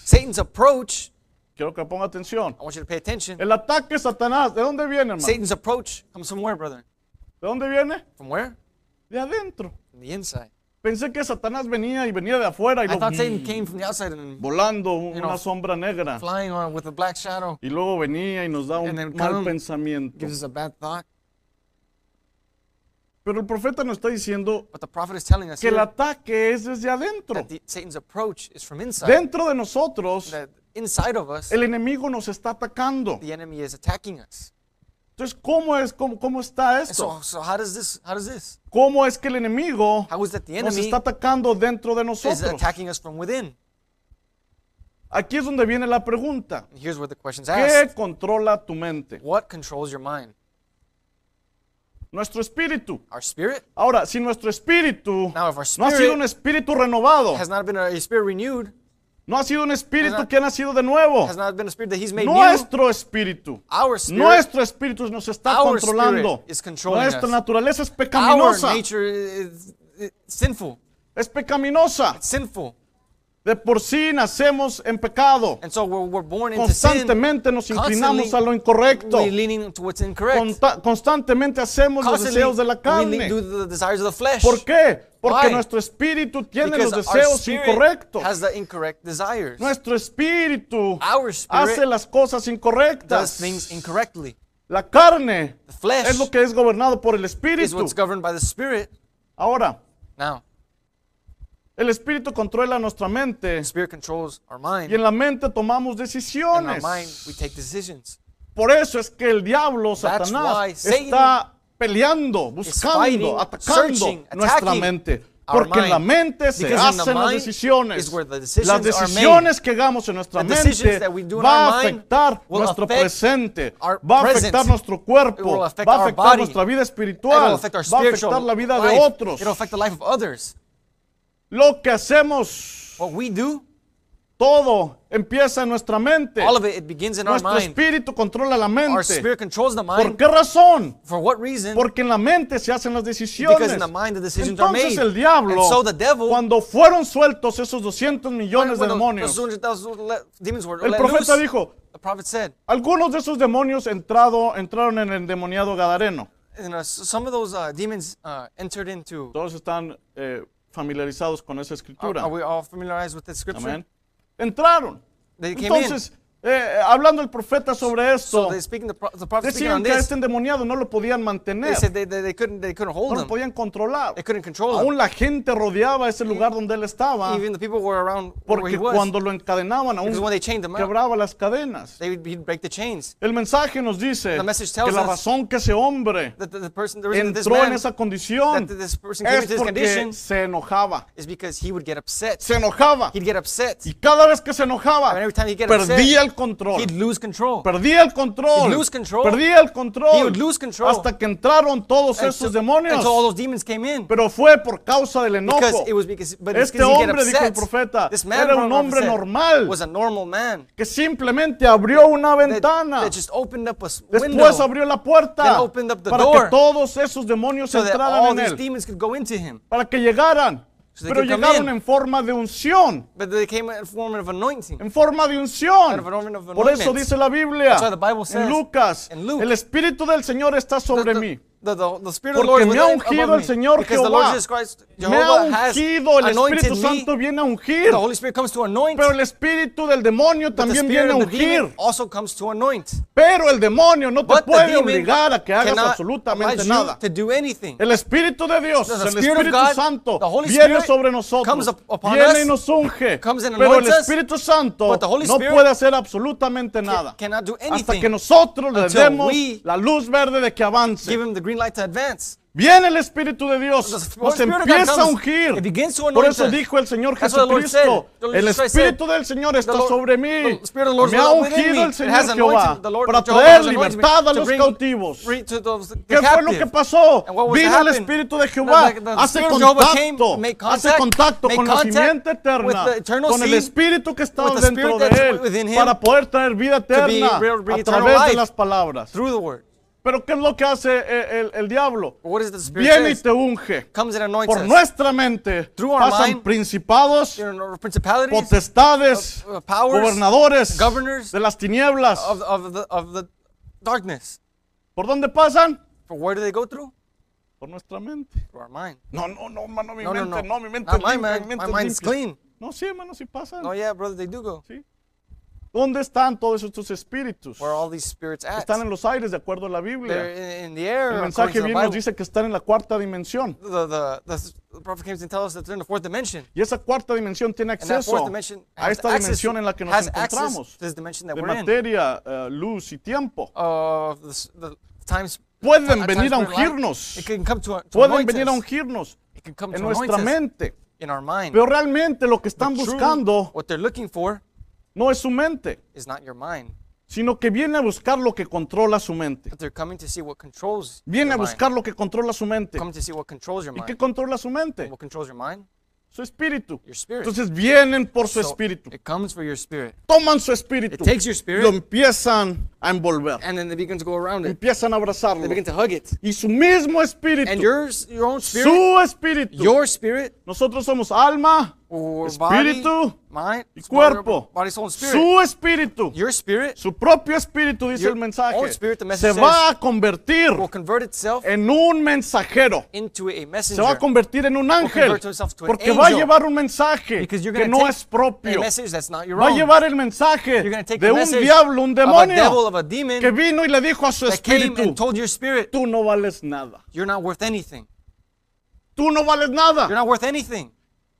S2: Satan's approach.
S1: Quiero que ponga atención.
S2: I want you to pay attention.
S1: El ataque de Satanás. ¿De dónde viene, hermano?
S2: Satan's approach comes from where, brother?
S1: ¿De dónde viene?
S2: From where?
S1: De adentro.
S2: From the inside.
S1: Pensé que Satanás venía y venía de afuera y
S2: I
S1: lo
S2: thought Satan came from the outside and
S1: volando una
S2: know,
S1: sombra negra.
S2: flying on with a black shadow
S1: Y luego venía y nos da un
S2: And then
S1: mal
S2: come-
S1: pensamiento.
S2: gives us a bad thought.
S1: Pero el profeta nos está diciendo
S2: But the prophet is telling us
S1: que el
S2: here
S1: ataque es desde adentro.
S2: that the, Satan's approach is from inside.
S1: Dentro de nosotros,
S2: That inside of us,
S1: el enemigo nos está atacando.
S2: the enemy is attacking us.
S1: Entonces, ¿cómo es? ¿Cómo, cómo está
S2: And
S1: esto?
S2: so, so how does this? How does this?
S1: ¿Cómo es que el enemigo
S2: How is that the
S1: nos
S2: enemy
S1: está atacando dentro de
S2: is
S1: nosotros?
S2: attacking us from within?
S1: Aquí es donde viene la pregunta.
S2: And here's where the question's
S1: ¿Qué
S2: asked.
S1: controla tu mente?
S2: What controls your mind?
S1: Nuestro espíritu.
S2: Our spirit?
S1: Ahora, si nuestro espíritu
S2: Now, if our
S1: no ha sido
S2: spirit
S1: un espíritu renovado,
S2: has not been a, a spirit renewed,
S1: no ha sido un
S2: has
S1: espíritu
S2: not-
S1: que ha nacido de nuevo,
S2: has not been a spirit that He's made new,
S1: nuestro espíritu,
S2: our spirit,
S1: nuestro espíritu nos está
S2: Our
S1: controlando.
S2: spirit is controlling
S1: Nuestra
S2: us.
S1: naturaleza es
S2: our
S1: pecaminosa.
S2: nature is, is sinful,
S1: Es pecaminosa.
S2: sinful,
S1: De por sí nacemos en pecado.
S2: and so we're, we're born into sin.
S1: Constantemente nos inclinamos a lo incorrecto.
S2: We're leaning to what's incorrect.
S1: Conta- constantemente hacemos los
S2: Constantly
S1: deseos de la
S2: we lean to
S1: carne.
S2: the desires of the flesh.
S1: ¿Por qué? Porque
S2: Why?
S1: nuestro espíritu tiene
S2: Because
S1: los
S2: our
S1: deseos
S2: spirit
S1: incorrectos.
S2: has the incorrect desires.
S1: Nuestro espíritu
S2: Our spirit
S1: hace las cosas
S2: does
S1: incorrectas.
S2: things incorrectly.
S1: La carne
S2: The flesh
S1: es lo que es gobernado por el
S2: is
S1: espíritu.
S2: what's governed by the spirit.
S1: Ahora,
S2: Now,
S1: el espíritu controla nuestra mente
S2: the spirit controls our
S1: y
S2: mind.
S1: en la mente tomamos
S2: In our
S1: decisiones.
S2: mind, we take decisions.
S1: Por eso es que el diablo,
S2: why
S1: Satanás,
S2: Satan
S1: está peleando, buscando,
S2: fighting,
S1: atacando
S2: searching,
S1: nuestra
S2: attacking
S1: mente.
S2: our
S1: Porque en la
S2: mind.
S1: mente se
S2: Because in the
S1: hacen las
S2: mind
S1: decisiones.
S2: is where
S1: Las
S2: the decisions are made.
S1: decisiones que hagamos en nuestra
S2: The decisions
S1: mente
S2: that we do in
S1: va
S2: our
S1: a
S2: mind
S1: afectar
S2: will
S1: nuestro
S2: affect
S1: presente,
S2: our
S1: va a
S2: present.
S1: afectar nuestro
S2: It will
S1: cuerpo,
S2: affect
S1: va a
S2: our
S1: afectar
S2: body.
S1: nuestra vida
S2: It'll
S1: espiritual,
S2: affect our
S1: va a
S2: spiritual
S1: afectar la vida de
S2: life.
S1: otros.
S2: It'll affect the life of others.
S1: Lo que hacemos,
S2: What we do,
S1: todo empieza en nuestra mente.
S2: all of it, it begins in our
S1: Nuestro
S2: mind.
S1: espíritu controla la
S2: Our
S1: mente.
S2: spirit controls the mind.
S1: ¿Por qué razón?
S2: For what reason?
S1: Porque en la mente se hacen las
S2: because
S1: decisiones.
S2: in the mind the decisions are
S1: Entonces
S2: made.
S1: el diablo,
S2: and so the devil,
S1: cuando fueron sueltos esos 200 millones de
S2: when the-
S1: demonios,
S2: those 200,000 le- demons were
S1: el
S2: let
S1: profeta
S2: loose,
S1: dijo,
S2: the prophet said,
S1: algunos de esos demonios entrado, entraron en el endemoniado Gadareno.
S2: you know, s- some of those uh, demons uh, entered into.
S1: Todos están eh, familiarizados con esa
S2: Are,
S1: escritura.
S2: are we all familiarized with this scripture?
S1: Amén. Entraron.
S2: They came in.
S1: Entonces Eh, hablando el profeta sobre
S2: So
S1: esto,
S2: they speaking the, pro- the prophet speaking
S1: decían
S2: on
S1: que a
S2: this.
S1: este endemoniado no lo podían
S2: They
S1: mantener,
S2: said they, they, they couldn't they couldn't
S1: no
S2: hold
S1: lo
S2: him.
S1: podían controlar.
S2: They couldn't control him.
S1: Aún la gente rodeaba ese lugar donde él estaba,
S2: Even the people were around where he
S1: porque
S2: was.
S1: cuando lo encadenaban aún
S2: Because when they chained him up,
S1: quebraba las cadenas.
S2: they would he'd break the chains.
S1: El mensaje nos dice
S2: The message tells
S1: que la
S2: us
S1: razón que ese hombre
S2: That the, the person, the reason that this
S1: entró en
S2: man,
S1: esa condición
S2: that this person came
S1: es
S2: into this
S1: porque
S2: condition
S1: se enojaba,
S2: is because he would get upset.
S1: se enojaba.
S2: He'd get upset.
S1: Y cada vez que se enojaba,
S2: And every time he'd get
S1: perdía el
S2: He'd
S1: control.
S2: lose control.
S1: Perdía el control.
S2: He'd lose control.
S1: Perdía el
S2: He
S1: control.
S2: would lose control.
S1: Hasta que entraron todos
S2: And
S1: esos
S2: so- and so all
S1: demonios.
S2: those demons came in.
S1: Pero fue por causa del enojo.
S2: Because it was because, but it's
S1: Este
S2: because he get
S1: hombre, dijo el
S2: upset.
S1: profeta,
S2: this man
S1: era un
S2: Ron
S1: hombre
S2: said,
S1: normal
S2: was a normal man
S1: que simplemente abrió una
S2: that,
S1: ventana.
S2: that just opened up a s- window
S1: Después abrió la puerta
S2: Then opened up the
S1: para que
S2: door.
S1: todos esos demonios
S2: so that
S1: entraran
S2: all
S1: en
S2: these
S1: él,
S2: demons could go into him.
S1: para que llegaran.
S2: So they
S1: Pero
S2: could come
S1: llegaron
S2: in.
S1: en forma de unción,
S2: But they came in a form of anointing.
S1: en forma de unción.
S2: Out of an omen of
S1: Por eso
S2: anointment.
S1: dice la Biblia
S2: That's why the Bible
S1: en
S2: says
S1: Lucas,
S2: in Luke,
S1: el Espíritu del Señor está
S2: The-
S1: sobre
S2: the-
S1: mí.
S2: the- the- the Spirit
S1: Porque
S2: of the Lord is
S1: me
S2: within-
S1: ha ungido
S2: above
S1: el Señor
S2: me. Because the Lord
S1: Jehová.
S2: Jesus Christ,
S1: Me ha
S2: Jehovah has
S1: ungido, el
S2: anointed
S1: Espíritu
S2: me.
S1: Santo viene a ungir,
S2: The Holy Spirit comes to anoint.
S1: pero el Espíritu del demonio
S2: but the
S1: también
S2: Spirit
S1: viene a
S2: of the demon
S1: ungir.
S2: also comes to anoint.
S1: Pero el demonio no te
S2: But the
S1: puede
S2: demon
S1: obligar a que hagas
S2: cannot
S1: absolutamente
S2: oblige you
S1: nada.
S2: to do anything.
S1: El Espíritu de Dios,
S2: The
S1: el
S2: Spirit of
S1: Espíritu
S2: God,
S1: Santo
S2: the Holy
S1: viene
S2: Spirit
S1: sobre
S2: comes
S1: nosotros,
S2: up- upon
S1: viene
S2: us,
S1: y nos unge,
S2: comes and
S1: pero el
S2: anoints us,
S1: Espíritu Santo
S2: but the Holy
S1: no
S2: Spirit
S1: puede hacer absolutamente nada
S2: Cannot do
S1: hasta que
S2: anything.
S1: nosotros le
S2: until
S1: demos
S2: we
S1: la luz verde de que
S2: Give
S1: avance.
S2: him the green light to advance.
S1: Viene el Espíritu de Dios,
S2: The
S1: nos
S2: Spirit of God
S1: empieza a
S2: comes,
S1: ungir.
S2: it begins to
S1: Por
S2: anoint
S1: eso
S2: us.
S1: dijo el Señor
S2: That's what the Lord
S1: Jesucristo,
S2: said. The
S1: el
S2: Lord Jesus said,
S1: Espíritu del Señor está
S2: Lord-
S1: sobre mí,
S2: the Spirit of the Lord is
S1: me ha
S2: within me.
S1: ungido el
S2: It has
S1: Señor
S2: anointed
S1: Jehová
S2: the Lord
S1: para
S2: Jehovah
S1: traer
S2: has anointed me
S1: libertad a
S2: to
S1: los
S2: bring-
S1: cautivos.
S2: re- to those- the
S1: ¿Qué fue lo que
S2: captive.
S1: pasó?
S2: And what was
S1: Vino
S2: to
S1: el
S2: happen?
S1: Espíritu de Jehová,
S2: The- the- the
S1: hace
S2: Spirit of Jehovah came,
S1: contacto,
S2: make
S1: hace
S2: contact,
S1: contacto
S2: make
S1: con la
S2: contact
S1: simiente eterna,
S2: with the eternal
S1: con el
S2: seed,
S1: Espíritu que está
S2: with the
S1: dentro
S2: Spirit
S1: de
S2: that's
S1: él,
S2: within him,
S1: para poder traer vida
S2: be
S1: eterna
S2: real- be
S1: a
S2: eternal
S1: través de
S2: life.
S1: las palabras.
S2: through the word.
S1: Pero ¿qué es lo que hace eh, el, el diablo?
S2: What is it the Spirit
S1: Viene y
S2: says?
S1: te unge.
S2: Comes and anoints
S1: Por
S2: us.
S1: nuestra mente
S2: Through our
S1: pasan
S2: mind,
S1: principados,
S2: You know, principalities
S1: potestades,
S2: uh, powers,
S1: gobernadores
S2: governors
S1: de las tinieblas.
S2: of, of, the, of the darkness.
S1: ¿Por dónde pasan?
S2: For where do they go through?
S1: Por nuestra mente.
S2: Through our mind.
S1: No, no, no, mano, mi
S2: No, no,
S1: mente, no,
S2: no.
S1: mi mente
S2: Not
S1: es
S2: my
S1: limpia,
S2: mind.
S1: mi mente
S2: My
S1: es
S2: mind's
S1: limpia.
S2: clean.
S1: No, sí, hermano, sí pasan.
S2: Oh yeah, brother, they do go.
S1: ¿sí? ¿Dónde están todos estos espíritus?
S2: Where all these spirits at?
S1: Están en los aires, de acuerdo a la
S2: They're
S1: Biblia.
S2: in, in the air.
S1: El
S2: according to
S1: mensaje
S2: the
S1: bien
S2: Bible.
S1: nos dice que están en la cuarta dimensión.
S2: the, the, the, the prophet came to tell us that they're in the fourth dimension.
S1: Y esa cuarta dimensión tiene
S2: And that fourth
S1: acceso
S2: dimension
S1: a
S2: has
S1: esta
S2: access-
S1: dimensión en la que nos
S2: has access
S1: encontramos,
S2: to this dimension that
S1: de
S2: we're in.
S1: materia, eh, luz y tiempo.
S2: Of the, s- the times.
S1: Pueden
S2: times
S1: venir a
S2: we're alive.
S1: ungirnos.
S2: It can come to, to
S1: Pueden
S2: anoint
S1: venir a
S2: us.
S1: ungirnos
S2: It can come
S1: en
S2: to anoint
S1: nuestra
S2: us
S1: mente.
S2: in our mind.
S1: Pero realmente lo que están
S2: But truly,
S1: buscando
S2: what they're looking for
S1: no es su mente,
S2: is not your mind,
S1: sino que viene a buscar lo que controla su mente.
S2: but they're coming to see what controls
S1: Viene
S2: your
S1: a
S2: mind.
S1: buscar lo que controla su mente.
S2: Coming to see what controls your
S1: ¿Y qué
S2: mind.
S1: controla su mente?
S2: What controls your mind?
S1: Su espíritu.
S2: Your spirit.
S1: Entonces vienen por su
S2: So,
S1: espíritu,
S2: It comes for your spirit.
S1: toman su espíritu,
S2: It takes your
S1: y lo
S2: spirit,
S1: empiezan a envolver,
S2: and then they begin to go around it.
S1: empiezan a
S2: They
S1: abrazarlo.
S2: begin to hug it.
S1: Y su mismo espíritu,
S2: And yours, your own spirit,
S1: su espíritu.
S2: your spirit,
S1: Nosotros somos alma,
S2: or
S1: Espíritu
S2: body, mind,
S1: y
S2: body,
S1: cuerpo.
S2: body, soul, and spirit.
S1: Su espíritu,
S2: Your spirit
S1: su propio espíritu, dice
S2: Your
S1: el mensaje,
S2: own spirit, the
S1: se
S2: message
S1: va a convertir
S2: will convert itself
S1: en un mensajero.
S2: into a
S1: Eh. Se va a
S2: messenger,
S1: convertir en un ángel
S2: convert yourself to an
S1: porque va a
S2: angel.
S1: llevar un mensaje
S2: Because you're
S1: que
S2: gonna
S1: no
S2: take
S1: es propio.
S2: a message that's not your
S1: Va a
S2: own.
S1: llevar el mensaje
S2: You're going to take
S1: de
S2: the
S1: un
S2: message
S1: diablo, un
S2: of a devil,
S1: demonio
S2: of a demon
S1: que vino y le dijo a su
S2: that came
S1: espíritu,
S2: and told your spirit,
S1: tú no vales nada,
S2: you're not worth anything.
S1: tú no vales
S2: You're
S1: nada.
S2: not worth anything.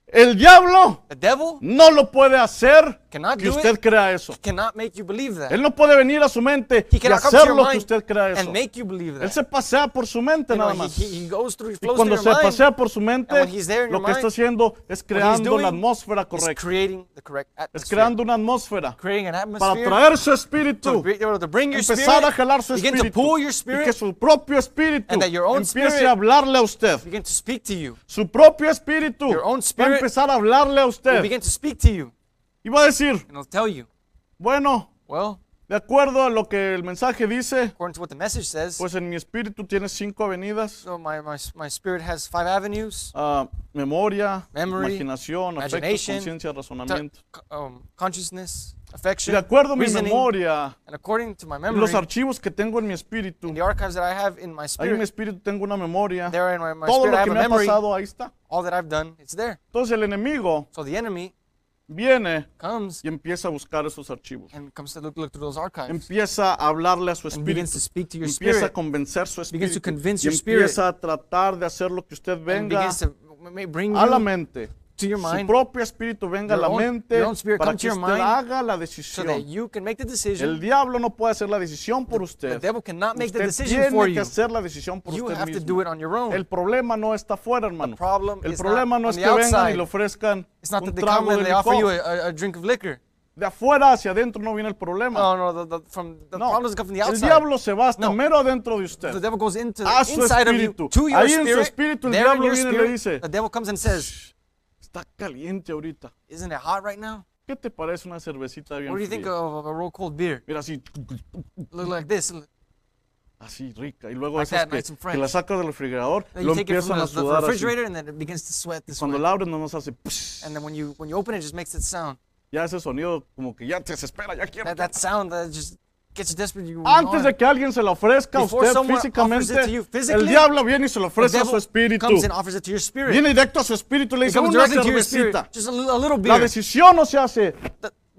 S1: El diablo
S2: The devil
S1: no lo puede hacer
S2: Cannot
S1: que
S2: do it.
S1: usted crea eso.
S2: cannot make you believe that.
S1: Él no puede venir a su mente
S2: He
S1: y
S2: cannot come to
S1: hacer
S2: your
S1: lo que
S2: mind
S1: usted crea eso.
S2: and make you believe
S1: Él
S2: that.
S1: se pasea por su mente
S2: You know,
S1: nada
S2: he,
S1: más.
S2: he, he goes through, he
S1: Y
S2: flows
S1: cuando
S2: through
S1: se
S2: your mind.
S1: pasea por su mente,
S2: And when he's there in
S1: lo
S2: your
S1: que está
S2: mind,
S1: haciendo es
S2: he's
S1: creando la
S2: doing
S1: atmósfera
S2: He's
S1: correcta.
S2: creating the correct
S1: Es
S2: atmosphere.
S1: creando una atmósfera
S2: creating an
S1: para
S2: atmosphere
S1: traer su
S2: to,
S1: espíritu,
S2: bring- to bring your spirit,
S1: empezar a jalar su
S2: begin to
S1: espíritu
S2: pull your
S1: y que
S2: spirit,
S1: su propio espíritu
S2: and that your own
S1: empiece
S2: spirit-
S1: a hablarle a usted.
S2: begin to speak to you.
S1: Su propio espíritu
S2: Your own
S1: va a
S2: spirit
S1: empezar a hablarle a
S2: It'll
S1: usted
S2: begin to speak to you,
S1: y va a decir,
S2: and it'll tell you,
S1: bueno,
S2: well,
S1: de acuerdo a lo que el mensaje dice,
S2: according to what the message says,
S1: pues en mi espíritu tiene cinco avenidas,
S2: so my, my, my spirit has five avenues,
S1: ah, memoria,
S2: Memory,
S1: imaginación, afectos,
S2: imagination,
S1: conciencia,
S2: t-
S1: razonamiento.
S2: c- um, consciousness,
S1: Y
S2: affection,
S1: de acuerdo a mi
S2: reasoning,
S1: memoria,
S2: and according to my memory,
S1: los archivos que tengo en mi espíritu,
S2: in the archives that I have in my
S1: ahí en mi
S2: spirit,
S1: espíritu tengo una memoria,
S2: there in my, my
S1: todo
S2: spirit I
S1: lo
S2: have
S1: que
S2: a
S1: me ha
S2: memory,
S1: pasado ahí está.
S2: all that I've done, it's there.
S1: Entonces el enemigo
S2: So the enemy
S1: viene
S2: comes
S1: y empieza a buscar esos archivos.
S2: and comes to look, look through those archives
S1: Empieza a hablarle a su
S2: and
S1: espíritu.
S2: begins to speak to your
S1: Empieza a
S2: spirit
S1: convencer su
S2: Begins to
S1: espíritu.
S2: convince
S1: Y
S2: your spirit.
S1: empieza a tratar de hacer lo que usted
S2: and
S1: venga
S2: begins to m- m- bring
S1: a la
S2: you
S1: mente.
S2: to your
S1: Su
S2: mind
S1: propio espíritu venga a la
S2: Your own-
S1: mente
S2: your own spirit
S1: para
S2: come to
S1: que
S2: your
S1: usted
S2: mind
S1: haga la
S2: so that
S1: decisión.
S2: you can make the
S1: El
S2: decision.
S1: diablo no puede hacer la decisión por
S2: The
S1: usted.
S2: devil cannot make the
S1: Usted
S2: decision for
S1: tiene que
S2: you.
S1: hacer la decisión por
S2: You
S1: usted
S2: have to do
S1: mismo.
S2: it on your own.
S1: El problema no está afuera, hermano.
S2: problem
S1: El
S2: is
S1: problema
S2: not
S1: no es
S2: on
S1: que
S2: the
S1: vengan y
S2: outside.
S1: le ofrezcan
S2: It's not
S1: un
S2: that they
S1: trago
S2: come
S1: de
S2: and they offer you
S1: licor.
S2: a, a- a drink of liquor.
S1: De afuera hacia adentro no viene el problema.
S2: No, no, the, the, from, the
S1: No.
S2: problem doesn't come from the
S1: El
S2: outside.
S1: diablo se va hasta
S2: No.
S1: mero adentro de
S2: the
S1: usted.
S2: devil goes into
S1: A
S2: the
S1: su
S2: inside of you
S1: espíritu.
S2: to your
S1: Ahí en su
S2: spirit.
S1: espíritu el
S2: there in
S1: diablo
S2: your
S1: viene y le
S2: spirit,
S1: dice,
S2: the devil comes and says,
S1: Está caliente ahorita.
S2: "Isn't it hot right now?
S1: ¿Qué te parece una cervecita bien
S2: What do you think
S1: fría?
S2: of, of a real cold beer?
S1: Mira así,
S2: Look like this. Look-
S1: así rica. Y luego
S2: Like
S1: esas
S2: that,
S1: que,
S2: nice and
S1: que la
S2: fresh.
S1: sacas del refrigerador,
S2: Then
S1: lo
S2: you take it
S1: empiezan
S2: from the,
S1: a
S2: the
S1: sudar así.
S2: refrigerator, and then it begins to sweat this
S1: Cuando
S2: way.
S1: la abres nomás hace... psh.
S2: And then when you when you open it, it just makes that sound.
S1: Ya ese sonido como que ya te desespera, ya quiero...
S2: That that sound that just gets you desperate. You want
S1: Antes de que alguien se lo ofrezca a
S2: Before
S1: usted
S2: someone
S1: físicamente,
S2: offers it to you
S1: el
S2: physically,
S1: diablo viene y se lo
S2: the
S1: ofrece a
S2: devil
S1: su espíritu.
S2: comes and offers it to your spirit.
S1: Viene directo a su espíritu y le
S2: it
S1: dice
S2: comes
S1: una
S2: directly to your spirit.
S1: cervecita.
S2: Just a, li- a little
S1: La
S2: beer.
S1: decisión no se hace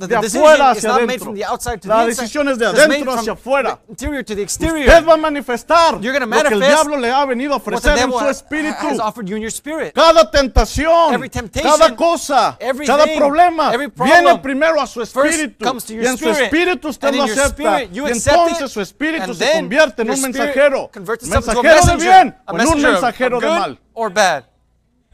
S2: The, the,
S1: de
S2: the decision
S1: afuera
S2: is
S1: hacia
S2: not made
S1: adentro.
S2: from the outside to
S1: La
S2: the inside.
S1: decisión es de
S2: It's made
S1: adentro
S2: from
S1: hacia afuera.
S2: The interior to the exterior.
S1: Usted va a manifestar
S2: You're gonna
S1: lo que el
S2: manifest
S1: diablo le ha venido a
S2: what the
S1: ofrecer en
S2: devil
S1: su
S2: ha- has
S1: espíritu.
S2: offered you in your spirit.
S1: Cada tentación,
S2: Every temptation,
S1: cada cosa,
S2: everything,
S1: cada problema
S2: every problem
S1: viene primero a su
S2: first
S1: espíritu.
S2: comes to
S1: Y
S2: your
S1: en su
S2: spirit,
S1: espíritu usted
S2: and
S1: lo
S2: in your
S1: acepta.
S2: spirit you
S1: y
S2: accept it,
S1: entonces su espíritu
S2: and
S1: se
S2: then
S1: convierte en
S2: your
S1: un
S2: spirit
S1: mensajero.
S2: converts itself into a
S1: Mensajero de
S2: messenger,
S1: bien
S2: a
S1: o en un
S2: messenger of-
S1: mensajero
S2: of
S1: de
S2: good
S1: mal.
S2: or bad.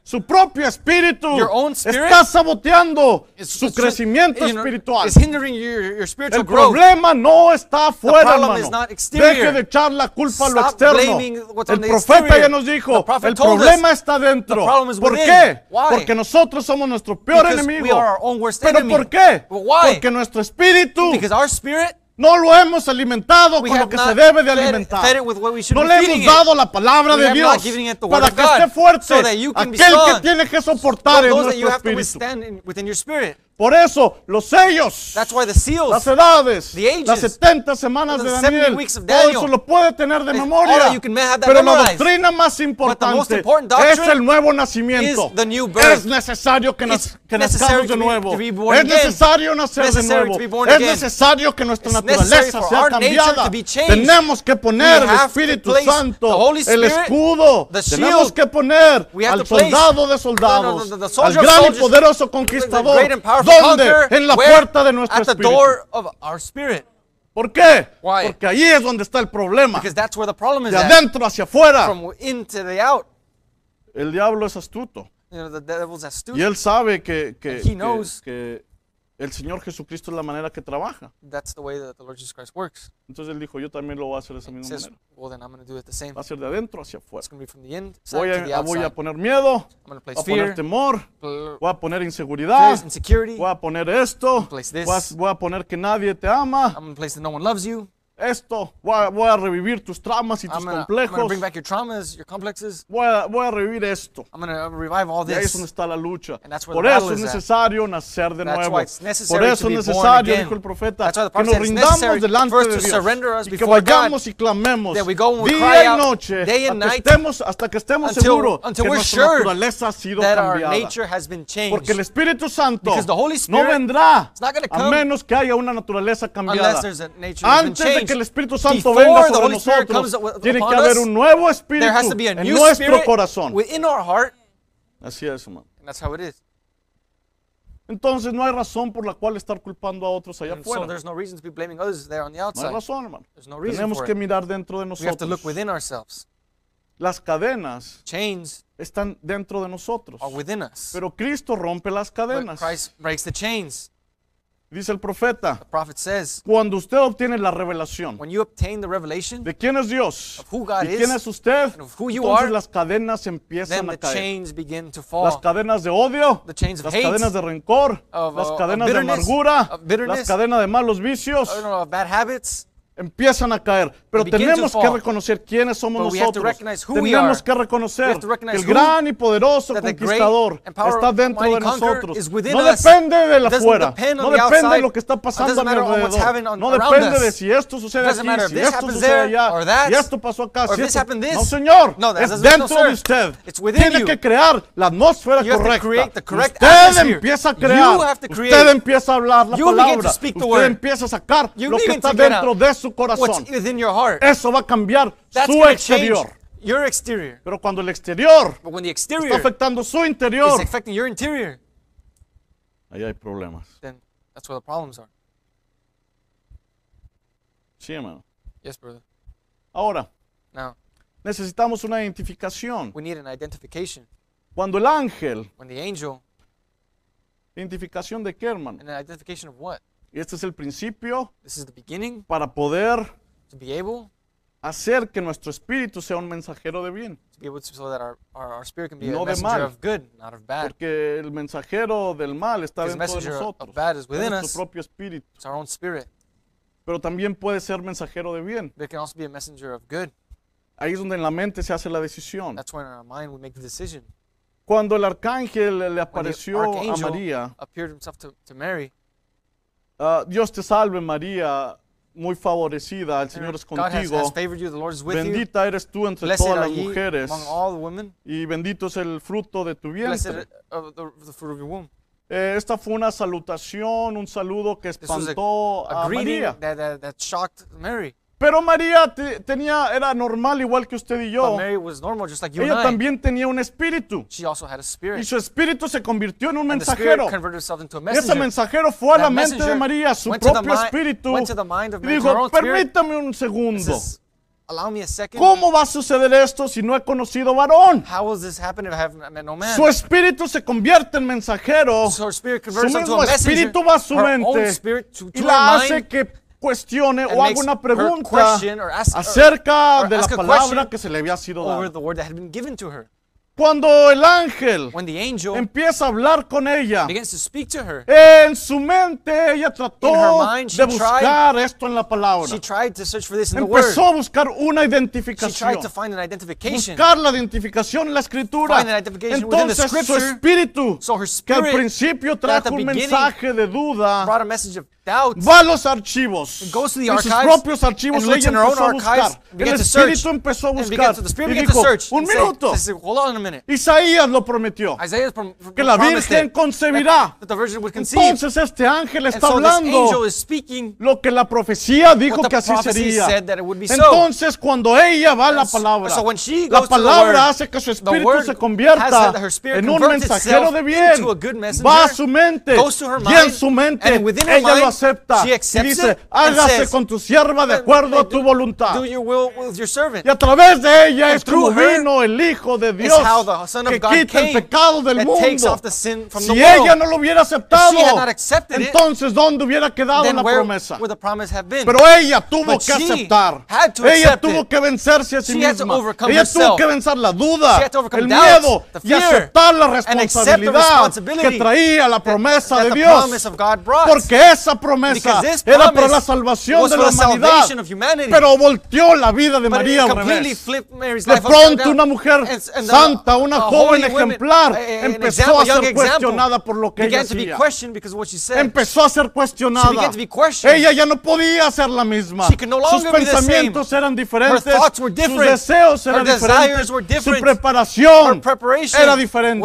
S1: Su propio espíritu
S2: Your own spirit
S1: está saboteando
S2: It's-
S1: su
S2: it's-
S1: crecimiento
S2: you know,
S1: espiritual.
S2: It's hindering your, your spiritual
S1: El
S2: growth.
S1: problema no está afuera,
S2: problem is
S1: hermano.
S2: not exterior.
S1: Deje de echar la culpa a lo
S2: Stop
S1: externo.
S2: blaming what's
S1: El
S2: on the
S1: profeta ya
S2: exterior.
S1: nos dijo,
S2: The prophet
S1: el
S2: told us,
S1: problema está dentro.
S2: the problem is
S1: ¿Por
S2: within.
S1: qué?
S2: Why?
S1: Porque nosotros somos nuestro peor
S2: Because we
S1: enemigo.
S2: are our own worst
S1: ¿Pero
S2: enemy.
S1: por qué?
S2: But why?
S1: Porque nuestro espíritu
S2: Because our spirit,
S1: no lo hemos alimentado
S2: we
S1: con lo
S2: have
S1: que
S2: not
S1: se debe de
S2: fed it-
S1: alimentar.
S2: fed it with what we should
S1: No
S2: be
S1: le
S2: feeding
S1: hemos
S2: it.
S1: dado la palabra
S2: We
S1: de
S2: have
S1: Dios
S2: not given it the word
S1: para
S2: of
S1: que
S2: God,
S1: esté fuerte,
S2: so that you can be
S1: aquel que
S2: strong.
S1: tiene que soportar
S2: those,
S1: en
S2: those that you
S1: nuestro
S2: have to
S1: espíritu.
S2: withstand in, within your spirit.
S1: Por eso, los sellos,
S2: That's why the seals,
S1: las edades,
S2: The ages.
S1: las 70 semanas de
S2: The 70
S1: Daniel,
S2: weeks of
S1: todo
S2: Daniel.
S1: eso lo puede tener de
S2: All
S1: memoria.
S2: that you can have that
S1: Pero la
S2: memorized.
S1: doctrina más importante
S2: important
S1: es
S2: doctrine
S1: el nuevo nacimiento.
S2: is the new birth.
S1: Es necesario que, nas-
S2: It's
S1: que
S2: necessary
S1: nazcamos de
S2: to be-
S1: nuevo.
S2: to be born
S1: Es
S2: again.
S1: necesario nacer de
S2: Necessary to
S1: nuevo.
S2: be born
S1: Es
S2: again.
S1: necesario que nuestra
S2: It's necessary
S1: naturaleza
S2: for
S1: sea
S2: our nature
S1: cambiada.
S2: to be changed.
S1: Tenemos que poner
S2: We
S1: el
S2: have to
S1: Espíritu
S2: place
S1: Santo,
S2: the Holy
S1: el
S2: Spirit,
S1: escudo.
S2: the
S1: Tenemos
S2: shield.
S1: que poner
S2: We have
S1: al
S2: to place
S1: soldado de
S2: the-
S1: soldados,
S2: the- the
S1: al
S2: soldier of
S1: gran y
S2: soldiers,
S1: poderoso
S2: the
S1: conquistador.
S2: great and powerful
S1: ¿Dónde?
S2: conqueror,
S1: En la
S2: where?
S1: puerta de nuestro
S2: At the
S1: espíritu.
S2: door of our spirit.
S1: ¿Por qué?
S2: Why?
S1: Porque ahí es donde está el problema.
S2: Because that's where the problem is
S1: De
S2: at.
S1: adentro hacia afuera.
S2: From within to the out.
S1: El diablo es astuto.
S2: You know, the devil's
S1: Y
S2: astute.
S1: él sabe que, que-
S2: He
S1: que-
S2: knows.
S1: que el Señor Jesucristo es la manera que trabaja.
S2: That's the way that the Lord Jesus Christ works.
S1: Entonces él dijo, yo también lo voy a hacer de esa
S2: He
S1: misma
S2: says,
S1: manera.
S2: well, then I'm going to do it the same.
S1: Va a ser de adentro hacia afuera.
S2: It's going to be from the inside
S1: Voy
S2: to the
S1: a, voy
S2: outside.
S1: a poner miedo,
S2: I'm
S1: voy
S2: going to place
S1: a poner
S2: fear,
S1: temor,
S2: pl-
S1: voy a poner inseguridad,
S2: fears, insecurity.
S1: voy a poner esto, voy
S2: Place this.
S1: a, voy a poner que nadie te ama,
S2: I'm going to place that no one loves you.
S1: esto, voy a, voy a revivir tus traumas y
S2: I'm
S1: tus
S2: going to
S1: complejos,
S2: bring back your traumas, your complexes.
S1: voy a, voy a revivir esto.
S2: I'm going to revive all
S1: Y ahí es donde
S2: this.
S1: está la lucha.
S2: And that's where
S1: Por
S2: the
S1: eso
S2: battle
S1: es
S2: is at.
S1: necesario nacer de
S2: That's
S1: nuevo.
S2: why it's
S1: Por
S2: necessary
S1: eso
S2: to be
S1: es
S2: born
S1: necesario,
S2: again.
S1: dijo el profeta,
S2: That's why the
S1: que nos
S2: prophet said it's
S1: rindamos
S2: necessary
S1: delante
S2: first
S1: de
S2: to surrender
S1: Dios
S2: us
S1: y que
S2: before God,
S1: vayamos y clamemos
S2: that we go and we
S1: día
S2: cry
S1: y
S2: out
S1: noche
S2: day and
S1: hasta, que
S2: night
S1: estemos, hasta que estemos
S2: until-
S1: seguros
S2: until
S1: que
S2: we're
S1: nuestra
S2: sure
S1: naturaleza ha sido
S2: That our
S1: cambiada.
S2: nature has been changed.
S1: Porque el Espíritu Santo
S2: Because the Holy
S1: no
S2: Spirit
S1: vendrá
S2: is not gonna
S1: a
S2: come
S1: menos que haya una naturaleza
S2: Unless
S1: cambiada.
S2: there's a nature that's been
S1: Antes de
S2: changed.
S1: que el Espíritu Santo
S2: Before
S1: venga
S2: the
S1: sobre
S2: Holy Spirit comes
S1: nosotros,
S2: up-
S1: tiene que
S2: upon
S1: haber
S2: us,
S1: un nuevo espíritu
S2: there has to be a
S1: en
S2: new
S1: nuestro
S2: spirit
S1: corazón.
S2: within our heart.
S1: Así es, hermano.
S2: And that's how it is.
S1: Entonces no hay razón por la cual estar culpando a otros allá
S2: And so
S1: afuera.
S2: there's no reason to be blaming others there on the
S1: No hay
S2: outside.
S1: razón, hermano.
S2: There's no reason
S1: Tenemos
S2: for
S1: que
S2: it.
S1: mirar dentro de
S2: We have to look
S1: nosotros.
S2: within ourselves.
S1: Las cadenas
S2: Chains
S1: están dentro de nosotros.
S2: are within us.
S1: Pero Cristo rompe las
S2: But
S1: cadenas.
S2: Christ breaks the chains.
S1: Dice el profeta,
S2: The prophet says,
S1: cuando usted obtiene la revelación
S2: when you obtain the revelation
S1: de quién es Dios
S2: of who God
S1: y quién
S2: is,
S1: es usted,
S2: and of who you
S1: entonces
S2: are,
S1: las cadenas
S2: then
S1: empiezan
S2: the
S1: a caer.
S2: chains begin to
S1: Las
S2: fall.
S1: cadenas de odio,
S2: The chains of
S1: las
S2: hate,
S1: cadenas de rencor,
S2: of,
S1: las
S2: uh, of
S1: cadenas de
S2: bitterness,
S1: amargura,
S2: of
S1: las
S2: bitterness,
S1: cadenas de malos vicios,
S2: I don't know, of bad habits,
S1: empiezan a caer. Pero
S2: They begin to
S1: tenemos que
S2: fall.
S1: reconocer quiénes somos
S2: But we have to
S1: nosotros.
S2: recognize who we
S1: Tenemos
S2: are.
S1: que
S2: We
S1: reconocer
S2: have to recognize
S1: que el
S2: who-
S1: gran y poderoso
S2: that the great
S1: conquistador
S2: and power-
S1: está dentro de
S2: mighty conqueror
S1: nosotros.
S2: is within
S1: No
S2: us.
S1: depende de la
S2: It doesn't
S1: afuera.
S2: depend on
S1: No
S2: the
S1: depende de
S2: outside.
S1: lo que está
S2: It
S1: pasando a
S2: doesn't
S1: mi
S2: matter on what's
S1: alrededor.
S2: happening on-
S1: no
S2: around
S1: depende
S2: us.
S1: de si esto sucede
S2: It doesn't
S1: aquí,
S2: matter if
S1: si
S2: this
S1: esto
S2: happens
S1: sucede
S2: there or
S1: allá,
S2: that,
S1: si esto pasó acá,
S2: or
S1: si
S2: if this
S1: esto-
S2: happened this.
S1: No, señor.
S2: No, that
S1: es
S2: doesn't-
S1: dentro
S2: no, sir.
S1: de usted.
S2: It's within
S1: Tiene
S2: you.
S1: que crear la atmósfera
S2: You have to
S1: correcta.
S2: create the correct
S1: usted
S2: atmosphere.
S1: empieza a
S2: You
S1: crear.
S2: have to
S1: Usted
S2: create.
S1: empieza a hablar la
S2: You begin to
S1: palabra.
S2: speak the
S1: Usted
S2: word.
S1: empieza a sacar
S2: You
S1: lo que
S2: begin to
S1: está
S2: get
S1: dentro
S2: out
S1: de su
S2: What's
S1: corazón.
S2: within your heart?
S1: Eso va a cambiar
S2: That's
S1: su
S2: gonna change
S1: exterior.
S2: Your exterior.
S1: Pero cuando el exterior
S2: But when the
S1: está
S2: exterior
S1: afectando su
S2: is
S1: interior,
S2: affecting your interior,
S1: ahí hay problemas.
S2: then that's where the problems are.
S1: Sí, hermano.
S2: Yes, brother.
S1: Ahora,
S2: Now,
S1: necesitamos una identificación.
S2: we need an identification.
S1: Cuando el ángel,
S2: When the angel,
S1: identificación de qué, hermano?
S2: and an identification of what?
S1: Y este es el principio
S2: This is the beginning
S1: para poder
S2: to be able
S1: hacer que nuestro espíritu sea un mensajero de bien.
S2: to be able to so that our, our, our spirit can be
S1: No de
S2: a messenger
S1: mal.
S2: of good, not of bad.
S1: Porque el mensajero del mal está
S2: Because
S1: dentro de
S2: the messenger of-
S1: nosotros,
S2: of bad is
S1: es
S2: within
S1: nuestro
S2: us.
S1: propio espíritu.
S2: It's our own spirit.
S1: Pero también puede ser mensajero de bien.
S2: But it can also be a messenger of good.
S1: Ahí es donde en la mente se hace la decisión.
S2: That's when in our mind we make the decision.
S1: Cuando el arcángel le
S2: When the
S1: apareció a
S2: archangel
S1: María,
S2: appeared himself to, to Mary,
S1: ah, Dios te salve María, muy favorecida, el Señor es
S2: God has, has
S1: contigo,
S2: favored you, the Lord is with you.
S1: bendita eres tú entre
S2: Blessed
S1: todas
S2: are
S1: las
S2: ye
S1: mujeres
S2: among all the women.
S1: y bendito es el fruto de tu
S2: Blessed
S1: vientre.
S2: of the, the fruit of your womb.
S1: Eh, esta fue una salutación, un saludo que
S2: This was a,
S1: espantó
S2: a
S1: a
S2: greeting
S1: María.
S2: that, that, that shocked Mary.
S1: Pero María te- tenía, era normal igual que usted y
S2: But
S1: yo.
S2: Mary was normal, just like you
S1: Oh. Ella
S2: and I.
S1: también tenía un espíritu
S2: She also had
S1: y
S2: a spirit.
S1: su espíritu se convirtió en un
S2: And the spirit
S1: mensajero.
S2: converted herself into a
S1: Ese
S2: messenger.
S1: mensajero fue a la
S2: That
S1: mente de
S2: messenger
S1: María, su
S2: went to the
S1: propio
S2: mi-
S1: espíritu,
S2: went to the mind of
S1: y
S2: Mary, her
S1: dijo,
S2: own spirit.
S1: permítame un segundo.
S2: Says, Allow me a second.
S1: ¿Cómo va a suceder esto si no he conocido varón?
S2: How will this happen if I haven't met no man?
S1: Su espíritu se convierte en mensajero,
S2: So her spirit
S1: su
S2: converts into
S1: mismo
S2: a messenger.
S1: espíritu va a su
S2: her own
S1: mente
S2: spirit to,
S1: y
S2: to
S1: la
S2: her
S1: hace
S2: mind.
S1: que cuestione
S2: and
S1: o haga
S2: makes
S1: una
S2: her
S1: pregunta
S2: question or ask- or-
S1: acerca
S2: or
S1: de la
S2: ask a
S1: palabra
S2: question
S1: que se le había sido
S2: over
S1: dada.
S2: the word that had been given to her.
S1: Cuando el ángel
S2: When the angel
S1: empieza a hablar con ella,
S2: begins to speak to her,
S1: en su mente ella trató
S2: mind, she
S1: de buscar esto en la palabra.
S2: she tried to search for this in the word.
S1: Empezó a buscar una
S2: She tried
S1: identificación.
S2: to find an identification.
S1: Buscar la identificación en la escritura.
S2: Find an identification within the
S1: Entonces su
S2: scripture.
S1: espíritu,
S2: So her
S1: que al
S2: spirit
S1: principio
S2: that
S1: trajo
S2: at the
S1: un
S2: beginning
S1: mensaje de duda,
S2: brought a message of doubt.
S1: va a los archivos.
S2: goes to the
S1: en sus
S2: archives
S1: propios archivos
S2: and looks
S1: ella
S2: in her own
S1: empezó a buscar.
S2: archives,
S1: El
S2: began to search,
S1: espíritu empezó a
S2: and began
S1: buscar.
S2: to, the spirit
S1: y
S2: began to
S1: dijo,
S2: search.
S1: un
S2: and say-
S1: minuto.
S2: says, Hold on a minute.
S1: Isaías lo prometió.
S2: Isaiah prom- prom-
S1: Que la
S2: promised
S1: virgen
S2: it,
S1: concebirá.
S2: That, that the virgin would conceive.
S1: Entonces este ángel
S2: and
S1: está
S2: so this angel
S1: hablando
S2: is speaking.
S1: lo que la profecía dijo
S2: the
S1: que así
S2: prophecy
S1: sería.
S2: said that it would be so.
S1: Entonces cuando ella va a la
S2: And so-
S1: palabra,
S2: so when she
S1: la
S2: goes to the word,
S1: palabra hace que su
S2: the
S1: espíritu
S2: word
S1: se
S2: has
S1: convierta
S2: that her spirit
S1: en un
S2: converts
S1: mensajero
S2: itself
S1: de bien.
S2: into a good messenger,
S1: Va a su mente
S2: goes to her
S1: y en
S2: mind,
S1: su mente
S2: and within her
S1: ella lo
S2: mind,
S1: acepta
S2: she
S1: y
S2: accepts
S1: dice,
S2: it and
S1: hágase
S2: says,
S1: con tu sierva de acuerdo a tu voluntad.
S2: Do your will with your servant.
S1: Y a través de ella es
S2: through
S1: como
S2: her
S1: vino el Hijo de
S2: is
S1: Dios
S2: how the Son of
S1: que
S2: God
S1: quita el
S2: came,
S1: pecado del
S2: that takes
S1: mundo.
S2: off the sin from
S1: Si
S2: the
S1: ella
S2: world.
S1: no lo hubiera aceptado,
S2: had not accepted it,
S1: entonces ¿dónde hubiera quedado
S2: Then
S1: la
S2: where
S1: promesa?
S2: would the promise have been?
S1: Pero ella tuvo
S2: But
S1: que
S2: she
S1: aceptar.
S2: had to
S1: Ella
S2: accept
S1: tuvo
S2: it.
S1: que vencerse a sí
S2: She had to
S1: misma.
S2: overcome
S1: Ella tuvo
S2: herself.
S1: que vencer la duda,
S2: She had to overcome
S1: el
S2: doubts,
S1: miedo
S2: the
S1: y
S2: fear,
S1: aceptar la
S2: and accept the
S1: responsabilidad que
S2: responsibility
S1: traía la promesa
S2: that
S1: de
S2: the
S1: Dios.
S2: promise of God brought.
S1: Porque esa promesa
S2: Because this
S1: era para la
S2: promise
S1: salvación
S2: was
S1: de
S2: for
S1: la
S2: the salvation of
S1: humanidad.
S2: humanity.
S1: Pero volteó la vida de
S2: But it
S1: María al
S2: completely
S1: revés.
S2: flipped Mary's
S1: De
S2: life upside
S1: pronto
S2: down.
S1: una mujer
S2: And- and the-
S1: santa, una
S2: a
S1: joven
S2: holy woman,
S1: ejemplar,
S2: a- a- an
S1: empezó a
S2: example, young
S1: ser
S2: example,
S1: cuestionada por lo que ella
S2: began to be
S1: hacía.
S2: questioned because of what she said.
S1: Empezó a ser cuestionada.
S2: began to be questioned.
S1: Ella ya no podía ser la misma.
S2: She could no
S1: Sus
S2: longer be the
S1: pensamientos eran diferentes.
S2: Her thoughts were
S1: Sus
S2: different.
S1: deseos
S2: Her
S1: eran
S2: desires
S1: diferentes.
S2: were
S1: Su
S2: different.
S1: preparación
S2: Her preparation
S1: era
S2: was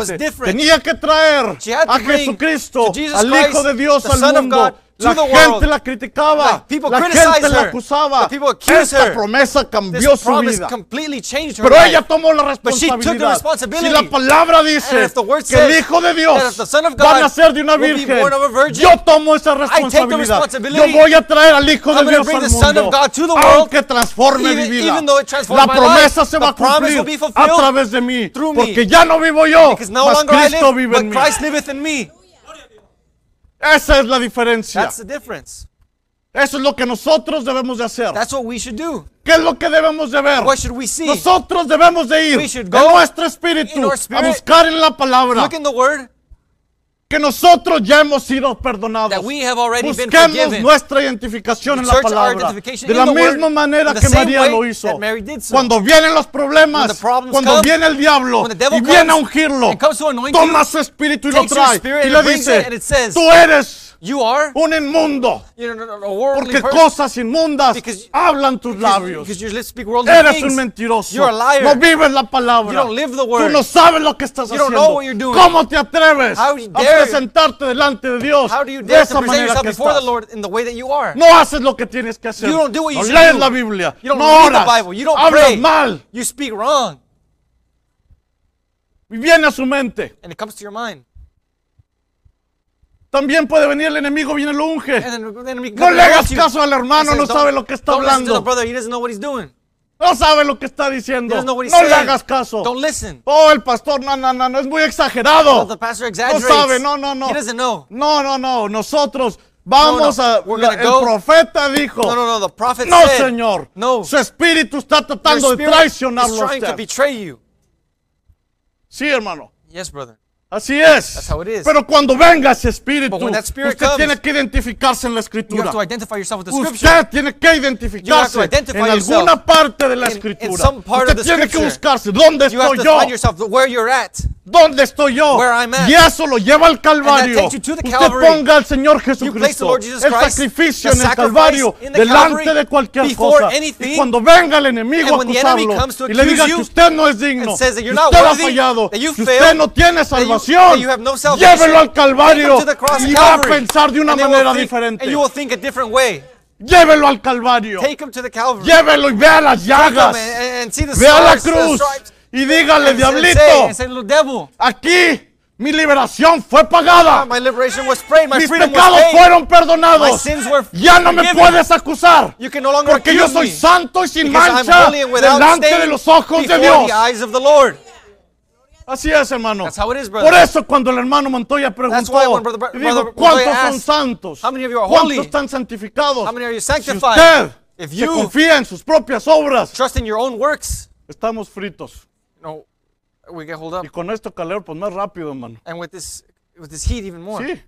S1: diferente.
S2: different.
S1: Tenía que traer
S2: She had to
S1: a
S2: bring
S1: Jesucristo,
S2: to Jesus
S1: al
S2: Christ,
S1: Hijo de Dios,
S2: the Son
S1: al
S2: of
S1: mundo.
S2: God,
S1: La
S2: to the
S1: gente
S2: world.
S1: la criticaba,
S2: Like, people
S1: la gente
S2: criticized
S1: la
S2: her.
S1: acusaba.
S2: The people accused
S1: Esta
S2: her.
S1: promesa
S2: This
S1: cambió su
S2: promise
S1: vida.
S2: completely changed her
S1: Pero
S2: life.
S1: ella tomó la
S2: But she took the
S1: responsabilidad. Si
S2: responsibility.
S1: la palabra
S2: And
S1: dice
S2: if the word
S1: que el
S2: says
S1: Hijo de
S2: that
S1: Dios
S2: if the Son of
S1: va a
S2: God
S1: nacer de una
S2: will be
S1: virgen,
S2: born of a virgin,
S1: yo tomo esa
S2: take the
S1: responsabilidad. Yo
S2: responsibility.
S1: voy a traer al Hijo de
S2: I'm gonna
S1: Dios
S2: bring
S1: al
S2: the Son
S1: mundo,
S2: of God to the world,
S1: aunque transforme mi
S2: even-
S1: vida.
S2: even though it transforms
S1: La
S2: my
S1: promesa
S2: life,
S1: se va a
S2: the promise
S1: cumplir
S2: will be
S1: a
S2: fulfilled
S1: través de mí,
S2: through me.
S1: porque ya no vivo yo,
S2: because no
S1: mas
S2: longer
S1: Cristo
S2: I live,
S1: vive en
S2: but
S1: mí.
S2: Christ liveth in me.
S1: Esa es la diferencia.
S2: That's the difference.
S1: Eso es lo que nosotros debemos de hacer.
S2: That's what we should do.
S1: ¿Qué es lo que debemos de ver?
S2: What should we see?
S1: Nosotros debemos de ir
S2: We should
S1: en
S2: go
S1: nuestro espíritu
S2: in our
S1: a
S2: spirit,
S1: buscar en la palabra.
S2: Look in the Word
S1: que nosotros ya hemos sido perdonados.
S2: that we have already been
S1: Busquemos
S2: forgiven.
S1: nuestra identificación en la
S2: Search our
S1: palabra.
S2: identification
S1: De
S2: in
S1: la
S2: the word,
S1: misma manera
S2: in the
S1: que
S2: same
S1: María
S2: way
S1: lo hizo.
S2: that Mary did so.
S1: Cuando vienen los
S2: When
S1: problemas,
S2: the problems
S1: cuando
S2: come,
S1: viene el diablo
S2: when the devil
S1: y viene a
S2: comes
S1: unirlo,
S2: and comes to anoint
S1: toma
S2: you,
S1: su espíritu y lo
S2: takes your
S1: trae.
S2: spirit
S1: Y
S2: and
S1: le
S2: brings it, and
S1: dice,
S2: it says,
S1: tú eres
S2: You are
S1: un inmundo,
S2: you know, a worldly
S1: porque
S2: person.
S1: cosas inmundas
S2: Because-
S1: hablan tus labios.
S2: Because your lips speak worldly
S1: Eres un
S2: things.
S1: mentiroso.
S2: You're a liar.
S1: No vives la palabra.
S2: You don't live the
S1: Tú
S2: word.
S1: no sabes lo que estás
S2: You don't
S1: haciendo.
S2: know what you're doing.
S1: ¿Cómo te atreves
S2: How you
S1: a
S2: dare-
S1: presentarte delante de Dios
S2: How do you
S1: de
S2: dare to
S1: esa
S2: present
S1: manera
S2: yourself
S1: que
S2: before the
S1: estás?
S2: Lord in the way that you are?
S1: No haces lo que tienes que hacer.
S2: You don't do what you
S1: no
S2: should
S1: lees
S2: do.
S1: la Biblia.
S2: You don't
S1: no
S2: read
S1: oras.
S2: the Bible. You don't
S1: Hablas
S2: pray.
S1: mal.
S2: You speak wrong.
S1: Y viene a su mente.
S2: And it comes to your mind.
S1: También puede venir el enemigo, viene el unge.
S2: And then the enemy
S1: No
S2: comes
S1: le
S2: and
S1: hagas
S2: corrupts you.
S1: caso al hermano,
S2: He
S1: no
S2: says,
S1: sabe lo que está
S2: don't listen to the
S1: hablando.
S2: brother. He doesn't know what he's doing.
S1: No sabe lo que está
S2: He
S1: diciendo.
S2: doesn't know what he's
S1: No
S2: saying.
S1: le hagas caso.
S2: Don't listen.
S1: Oh, el pastor, no, no, no, no, es muy
S2: Oh,
S1: exagerado.
S2: the pastor exaggerates.
S1: sabe, no, no, no.
S2: He doesn't know.
S1: No, no, no, nosotros vamos
S2: No, no,
S1: a...
S2: we're
S1: la-
S2: gonna
S1: el
S2: go-
S1: profeta dijo,
S2: No, no, no. The prophet
S1: "No,
S2: said,
S1: señor,
S2: No.
S1: su espíritu está
S2: Your
S1: tratando de
S2: spirit is
S1: traicionarlo a
S2: trying to
S1: usted.
S2: betray you.
S1: Sí, hermano.
S2: Yes, brother.
S1: Así es.
S2: That's how it is.
S1: Pero cuando venga ese espíritu,
S2: But when that spirit
S1: usted
S2: comes,
S1: tiene que identificarse en la
S2: You
S1: escritura.
S2: have to identify yourself with the scripture.
S1: Usted tiene que identificarse
S2: identify
S1: en
S2: yourself
S1: alguna parte de la
S2: in- in
S1: escritura.
S2: some part of
S1: Usted
S2: the
S1: tiene que
S2: scripture.
S1: buscarse dónde
S2: You have
S1: estoy
S2: to
S1: yo,
S2: find yourself where you're at.
S1: dónde estoy yo.
S2: where I'm at.
S1: Y eso lo lleva al Calvario.
S2: takes you to the
S1: Usted
S2: Calvary.
S1: ponga al Señor
S2: place the
S1: Jesucristo,
S2: Lord Jesus
S1: el
S2: Christ,
S1: sacrificio
S2: the
S1: en el
S2: sacrifice
S1: Calvario,
S2: in the
S1: delante
S2: Calvary,
S1: de cualquier
S2: before
S1: cosa.
S2: anything.
S1: y cuando venga el enemigo
S2: And
S1: a
S2: when the enemy
S1: acusarlo
S2: comes to
S1: y le
S2: accuse
S1: diga
S2: you
S1: que usted no es digno,
S2: and says that
S1: que
S2: you're not
S1: usted ha
S2: worthy,
S1: fallado,
S2: that you
S1: que
S2: failed,
S1: usted no tiene
S2: that you
S1: salvación,
S2: have no salvation,
S1: llévelo al
S2: take him
S1: Calvario
S2: to the cross,
S1: y va a
S2: Calvary.
S1: pensar de una
S2: And they will
S1: manera
S2: think-
S1: diferente.
S2: And you will think a different way.
S1: Llévelo al Calvario.
S2: Take him to the Calvary.
S1: Llévelo y vea las
S2: Come
S1: llagas.
S2: and, and see the
S1: Vea la
S2: scars, the
S1: cruz
S2: stripes.
S1: y dígale,
S2: And say-
S1: diablito,
S2: and say, little devil,
S1: aquí mi liberación fue pagada.
S2: Ah, my liberation was prayed, my
S1: Ah. Mis
S2: freedom
S1: pecados
S2: was paid.
S1: fueron
S2: My
S1: perdonados.
S2: sins were
S1: Ya no me
S2: forgiven.
S1: puedes acusar.
S2: You can no longer
S1: Porque yo
S2: accuse
S1: soy
S2: me.
S1: santo y sin
S2: Because I'm
S1: mancha
S2: holy and without
S1: delante
S2: stain
S1: de los ojos de
S2: before
S1: Dios.
S2: the eyes of the Lord.
S1: Así es, hermano.
S2: That's how it is, brother.
S1: Por eso cuando el hermano Montoya
S2: why
S1: preguntó,
S2: when brother-
S1: y dijo,
S2: brother
S1: ¿cuántos
S2: Montoya
S1: son
S2: asked,
S1: santos?
S2: "How many of you are
S1: ¿Cuántos
S2: holy?
S1: están santificados?
S2: How many are you
S1: Si
S2: sanctified?
S1: usted
S2: If
S1: se
S2: you-
S1: confía en sus propias obras,
S2: Trust in your own works.
S1: estamos fritos.
S2: No, we get hold up.
S1: Y con esto calor, pues más rápido, hermano.
S2: And with this, with this heat even more.
S1: Sí.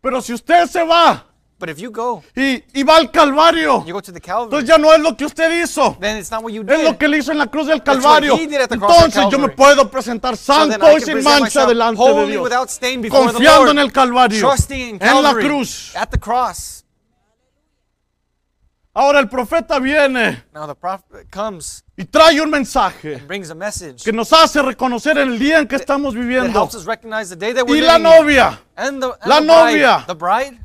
S1: Pero si usted se va
S2: But if you go,
S1: y, y va al Calvario,
S2: you go to the Calvary,
S1: entonces ya no es lo que usted hizo.
S2: then it's not what you
S1: Es lo
S2: did.
S1: que le hizo en la cruz del
S2: That's
S1: Calvario.
S2: what he did at the cross of
S1: Entonces yo me
S2: Calvary.
S1: puedo presentar
S2: So then
S1: santo
S2: I
S1: y
S2: can
S1: sin
S2: present
S1: mancha
S2: myself
S1: delante de
S2: holy
S1: Dios.
S2: without stain before the
S1: Confiando
S2: Lord,
S1: en el Calvario,
S2: trusting in
S1: en la
S2: Calvary,
S1: cruz.
S2: at the cross.
S1: Ahora el profeta viene
S2: Now the prophet comes
S1: y trae un mensaje
S2: and brings a message
S1: que nos hace reconocer el día en que estamos
S2: that
S1: viviendo.
S2: helps us recognize the day that we're
S1: Y la
S2: living in.
S1: novia,
S2: And the, and
S1: la
S2: the bride,
S1: novia.
S2: the bride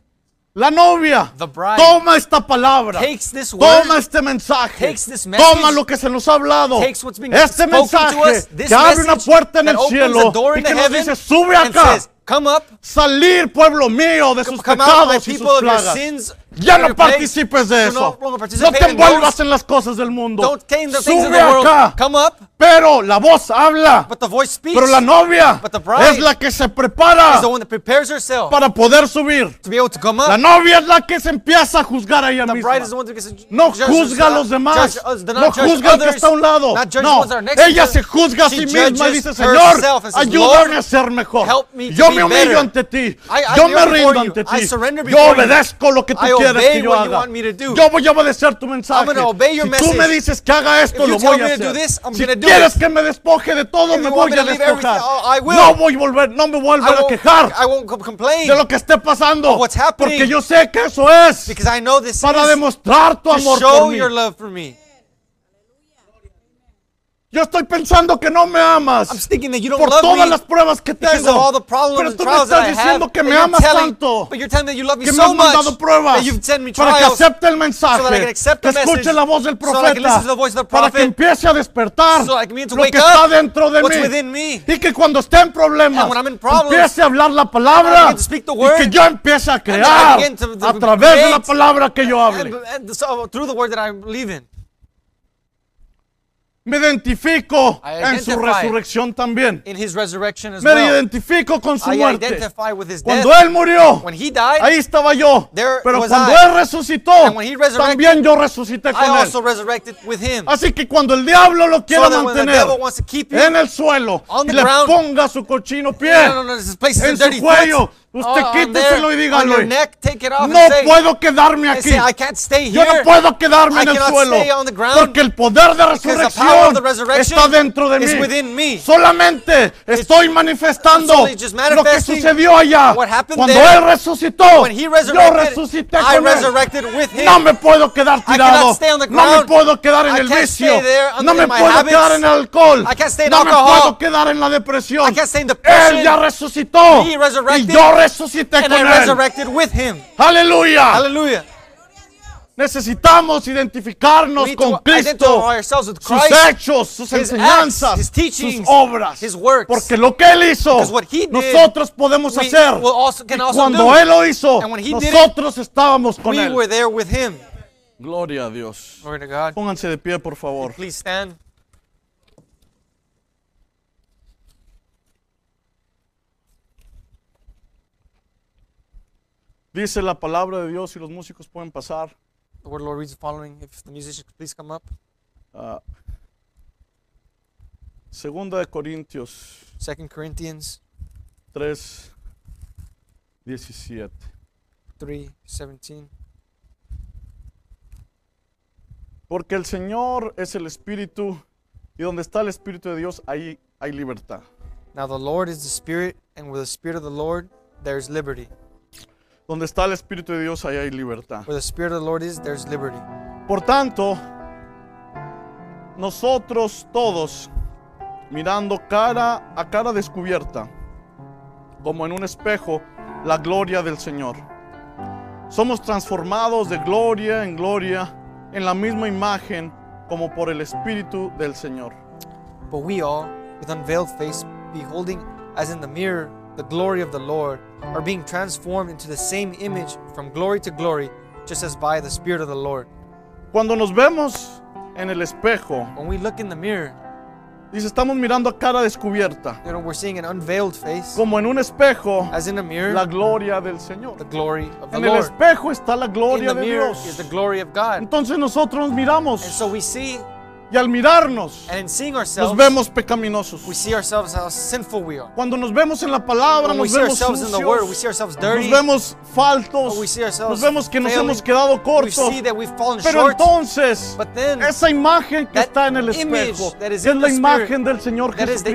S1: la novia,
S2: The bride
S1: toma esta palabra.
S2: takes this word
S1: Toma este mensaje.
S2: Takes this message.
S1: Toma lo que se nos ha hablado.
S2: Takes what's been
S1: este
S2: spoken
S1: mensaje
S2: to us, this
S1: que abre una
S2: message
S1: puerta en
S2: that
S1: el
S2: opens
S1: cielo
S2: a door
S1: y
S2: into
S1: que nos
S2: heaven
S1: dice, sube
S2: and
S1: acá.
S2: says, come up,
S1: Salir, pueblo mío, de sus
S2: come out, my
S1: pecados y sus
S2: people, of your
S1: plagas.
S2: sins.
S1: Ya
S2: and
S1: no
S2: your plagues.
S1: participes de
S2: Do no
S1: eso.
S2: longer
S1: No
S2: participate
S1: te
S2: in those.
S1: envuelvas en las cosas del mundo.
S2: Don't gain the things of
S1: Sube
S2: the world.
S1: acá.
S2: Come up,
S1: Pero la voz habla.
S2: but the voice speaks.
S1: Pero la novia
S2: But the bride
S1: es la que se prepara
S2: is the one that prepares herself
S1: para poder subir.
S2: to be able to come
S1: La
S2: up.
S1: novia es la que se empieza a juzgar a ella
S2: The bride
S1: misma.
S2: is the one that gets
S1: No
S2: judges
S1: juzga a
S2: herself,
S1: los demás.
S2: judge us, do
S1: No
S2: not judge
S1: juzga al que
S2: others,
S1: está a un lado.
S2: not judge the
S1: No,
S2: ones that are next to
S1: ella
S2: her.
S1: se juzga a
S2: She
S1: sí misma y
S2: judges
S1: dice, Señor,
S2: herself and says,
S1: ayúdame
S2: Lord,
S1: a ser mejor.
S2: help me to
S1: Yo
S2: be
S1: me humillo
S2: better.
S1: ante ti.
S2: I- I
S1: Yo me
S2: kneel before
S1: rindo
S2: you.
S1: ante
S2: I
S1: ti.
S2: surrender
S1: Yo
S2: before you.
S1: obedezco lo que tú
S2: I
S1: quieres
S2: obey
S1: que yo
S2: what you
S1: haga.
S2: want me to do.
S1: Yo voy a obedecer tu mensaje.
S2: gonna obey your
S1: Si tú me
S2: message.
S1: dices que haga esto,
S2: If you
S1: lo
S2: tell
S1: voy a
S2: me to do
S1: hacer.
S2: this, I'm
S1: Si
S2: gonna do
S1: quieres
S2: it.
S1: que me despoje de todo,
S2: If
S1: me
S2: you want
S1: voy
S2: me
S1: a
S2: to leave everything,
S1: despojar.
S2: I- I will.
S1: No voy a volver, no me voy a
S2: I
S1: volver a
S2: won't-
S1: quejar
S2: I won't com- complain
S1: de lo que esté pasando,
S2: what's happening.
S1: porque yo sé que eso es
S2: because I know this
S1: para
S2: is
S1: demostrar tu
S2: to
S1: amor
S2: show
S1: por mí.
S2: your love for me.
S1: Yo estoy pensando que no me
S2: I'm
S1: amas
S2: thinking that you don't
S1: por
S2: love
S1: todas
S2: me
S1: las pruebas que
S2: because of all the
S1: tengo.
S2: problems
S1: Pero
S2: and
S1: tú me
S2: trials
S1: estás
S2: that I have.
S1: diciendo que
S2: and
S1: me
S2: you're
S1: amas
S2: telling-
S1: tanto,
S2: but you're telling me that you love me
S1: que me
S2: so
S1: has
S2: much.
S1: mandado pruebas
S2: that you've sent me
S1: para que
S2: trials.
S1: acepte el mensaje,
S2: so that I can accept
S1: que
S2: the message,
S1: escuche la voz del
S2: so that I can
S1: profeta,
S2: listen to the voice of the
S1: para que
S2: prophet,
S1: empiece a despertar
S2: so I can begin to
S1: lo
S2: wake
S1: que está
S2: up
S1: dentro de
S2: what's
S1: mí
S2: within me.
S1: y que cuando esté en problemas
S2: And when I'm in problems,
S1: empiece a hablar la
S2: I
S1: palabra
S2: begin to speak the
S1: y que
S2: word,
S1: yo empiece a
S2: then I
S1: crear
S2: begin to- to
S1: a través de la
S2: create
S1: palabra que yo hable.
S2: and, and so, through the word that I believe in.
S1: Me identifico
S2: I
S1: en su
S2: identify.
S1: resurrección también.
S2: in his resurrection as
S1: Me
S2: well.
S1: identifico con su
S2: I
S1: muerte.
S2: identify with his death.
S1: Cuando Él murió,
S2: When he died,
S1: ahí estaba yo.
S2: There
S1: Pero
S2: was
S1: cuando
S2: I.
S1: Él resucitó,
S2: And when he resurrected,
S1: también yo resucité
S2: I
S1: con Él.
S2: also resurrected with him.
S1: Así que cuando el diablo lo quiera
S2: So that when the
S1: mantener
S2: devil wants to keep you,
S1: en el suelo
S2: on
S1: y
S2: the
S1: le
S2: ground,
S1: ponga su cochino pie
S2: no, no, no, this place is a
S1: en su
S2: dirty foot.
S1: cuello, usted
S2: Oh, on there,
S1: quíteselo y
S2: on your
S1: dígalo.
S2: neck, take it off
S1: No
S2: and say,
S1: puedo quedarme
S2: and
S1: aquí.
S2: say, I can't stay
S1: Yo
S2: here.
S1: no puedo quedarme
S2: I
S1: en el
S2: cannot
S1: suelo
S2: stay on the ground
S1: porque el poder de
S2: the power of the
S1: resurrección
S2: resurrection
S1: está dentro de
S2: is
S1: mí.
S2: within me.
S1: Solamente estoy manifestando
S2: solely just
S1: lo que
S2: manifesting
S1: sucedió allá.
S2: what happened
S1: Cuando
S2: there.
S1: él resucitó,
S2: When he
S1: yo
S2: resurrected,
S1: resucité
S2: I
S1: con
S2: resurrected
S1: él.
S2: with him.
S1: No me puedo quedar
S2: cannot
S1: tirado.
S2: stay on the
S1: No me
S2: ground.
S1: puedo quedar en
S2: I
S1: el
S2: can't
S1: vicio.
S2: stay there under
S1: No me
S2: my
S1: puedo
S2: habits.
S1: quedar en el alcohol.
S2: I can't stay in
S1: no me
S2: alcohol.
S1: puedo quedar en la depresión.
S2: I can't stay in depression.
S1: él ya resucitó
S2: He
S1: y
S2: resurrected.
S1: yo resucité
S2: and
S1: con
S2: I
S1: él.
S2: resurrected with him.
S1: Aleluya.
S2: Hallelujah.
S1: Necesitamos identificarnos
S2: We need
S1: con
S2: to
S1: Cristo,
S2: identify ourselves with
S1: sus
S2: Christ,
S1: hechos, sus
S2: his
S1: enseñanzas,
S2: acts, his teachings,
S1: sus obras.
S2: his works.
S1: Porque lo que Él hizo,
S2: Because what he did,
S1: nosotros podemos
S2: we
S1: hacer.
S2: will also- can
S1: Y
S2: also
S1: cuando
S2: do.
S1: Él lo hizo,
S2: And when he did it,
S1: nosotros estábamos con
S2: We
S1: Él.
S2: were there with him.
S1: Gloria a Dios.
S2: Glory to God.
S1: Pónganse de pie, por favor.
S2: Please stand.
S1: Dice la palabra de Dios y los músicos pueden pasar.
S2: The word of the Lord reads the following. If the musicians could please come up.
S1: ah, segunda de Corintios
S2: 2 Corinthians
S1: 3, 17.
S2: 3 17.
S1: Porque el Señor es el Espíritu y donde está el Espíritu de Dios, ahí hay libertad.
S2: Now the Lord is the Spirit, and with the Spirit of the Lord there is liberty.
S1: Donde está el Espíritu de Dios, ahí hay libertad.
S2: Where the Spirit of the Lord is, there's liberty.
S1: Por tanto, nosotros todos, mirando cara a cara descubierta, como en un espejo, la gloria del Señor. Somos transformados de gloria en gloria en la misma imagen como por el Espíritu del Señor.
S2: But we all, with unveiled face, beholding as in the mirror the glory of the Lord, are being transformed into the same image from glory to glory, just as by the Spirit of the Lord.
S1: Cuando nos vemos en el espejo,
S2: When we look in the mirror,
S1: Dice, estamos mirando a cara descubierta,
S2: you know, we're seeing an unveiled face,
S1: como en un espejo,
S2: as in a mirror,
S1: la gloria del
S2: the
S1: Señor.
S2: glory of the
S1: En el
S2: Lord.
S1: espejo está la
S2: In
S1: gloria
S2: the
S1: de
S2: mirror is
S1: Dios.
S2: the glory of God.
S1: Entonces nosotros nos
S2: And
S1: miramos
S2: so we see,
S1: y al mirarnos
S2: and in seeing
S1: nos
S2: ourselves,
S1: vemos
S2: we
S1: pecaminosos.
S2: see ourselves how sinful we are.
S1: Cuando nos vemos en la palabra
S2: When we
S1: nos
S2: see
S1: vemos
S2: ourselves in the Word, we see
S1: sucios,
S2: ourselves dirty.
S1: nos vemos faltos,
S2: But we see
S1: nos
S2: ourselves
S1: vemos que nos
S2: failing.
S1: hemos quedado
S2: We
S1: cortos.
S2: see that we've fallen
S1: Pero
S2: short.
S1: entonces
S2: But then,
S1: esa imagen que
S2: that
S1: está en el
S2: image
S1: espejo,
S2: that
S1: que
S2: is
S1: es
S2: in
S1: la
S2: the
S1: imagen
S2: spirit,
S1: del Señor
S2: that is the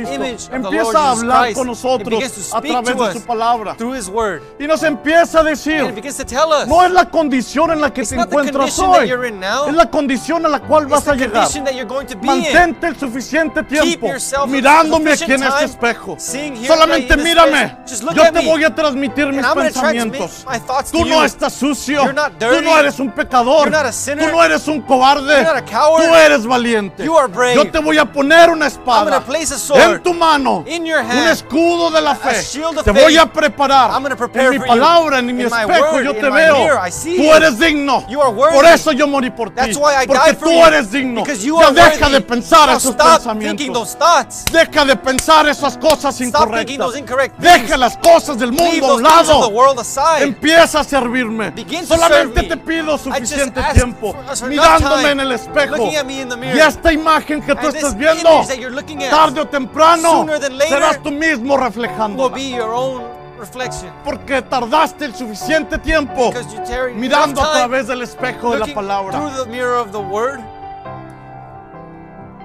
S1: Jesucristo,
S2: image of the Lord
S1: empieza a
S2: Jesus
S1: hablar
S2: Christ.
S1: con
S2: It
S1: nosotros
S2: begins to
S1: a
S2: speak
S1: través
S2: to
S1: de su
S2: us
S1: palabra.
S2: through His Word.
S1: Y nos empieza a
S2: And it
S1: decir,
S2: begins to tell us
S1: no es la condición en la que
S2: It's
S1: te
S2: not the
S1: encuentras
S2: condition that
S1: hoy,
S2: you're in now.
S1: es la condición a la cual
S2: it's
S1: vas
S2: the
S1: a llegar.
S2: condition that you're going to be in.
S1: Mantente el suficiente tiempo
S2: yourself
S1: mirándome aquí
S2: sufficient
S1: en este
S2: time
S1: espejo.
S2: seeing here
S1: Solamente
S2: in this
S1: mírame.
S2: space. Just look
S1: Yo
S2: at
S1: te
S2: me.
S1: voy a transmitir mis
S2: I'm gonna transmit
S1: pensamientos.
S2: my thoughts to
S1: Tú no
S2: you.
S1: estás sucio.
S2: You're not
S1: Tú no
S2: dirty.
S1: eres un pecador.
S2: You're not a sinner.
S1: Tú no eres un cobarde.
S2: You're not a coward.
S1: Tú eres valiente.
S2: You are brave.
S1: Yo te voy a poner una
S2: I'm
S1: espada
S2: gonna place a sword
S1: en tu mano.
S2: in your
S1: Un
S2: hand.
S1: escudo de la fe.
S2: shield of
S1: Te
S2: faith.
S1: voy a preparar.
S2: I'm gonna prepare
S1: En mi
S2: for you.
S1: palabra, en mi
S2: In my
S1: espejo
S2: word,
S1: yo
S2: in
S1: te
S2: my
S1: veo.
S2: mirror, I see
S1: Tú
S2: you.
S1: eres digno.
S2: You are worthy.
S1: Por eso yo morí por ti.
S2: That's why I
S1: Porque
S2: died for
S1: tú
S2: you.
S1: eres digno.
S2: Because you
S1: Ya
S2: are
S1: deja
S2: worthy.
S1: de pensar
S2: Now
S1: esos
S2: stop thinking
S1: pensamientos.
S2: those thoughts.
S1: Deja de pensar esas cosas
S2: Stop thinking
S1: incorrectas.
S2: those incorrect
S1: Deja las cosas del
S2: Leave
S1: mundo a
S2: those
S1: un
S2: things of
S1: lado.
S2: the world aside.
S1: Empieza a servirme.
S2: Begin to
S1: Solamente
S2: serve
S1: te
S2: me.
S1: pido
S2: I just
S1: suficiente
S2: ask
S1: tiempo
S2: for- for enough
S1: mirándome
S2: time,
S1: en el espejo.
S2: looking at me in the mirror.
S1: Y esta imagen que tú
S2: And this
S1: estás viendo,
S2: image that you're looking at,
S1: tarde o temprano,
S2: sooner than later,
S1: serás tú mismo reflejando.
S2: Will be your own reflection.
S1: Porque tardaste el suficiente tiempo
S2: Because you tarry enough
S1: mirando a
S2: time
S1: través del espejo de la
S2: looking
S1: palabra
S2: through the mirror of the Word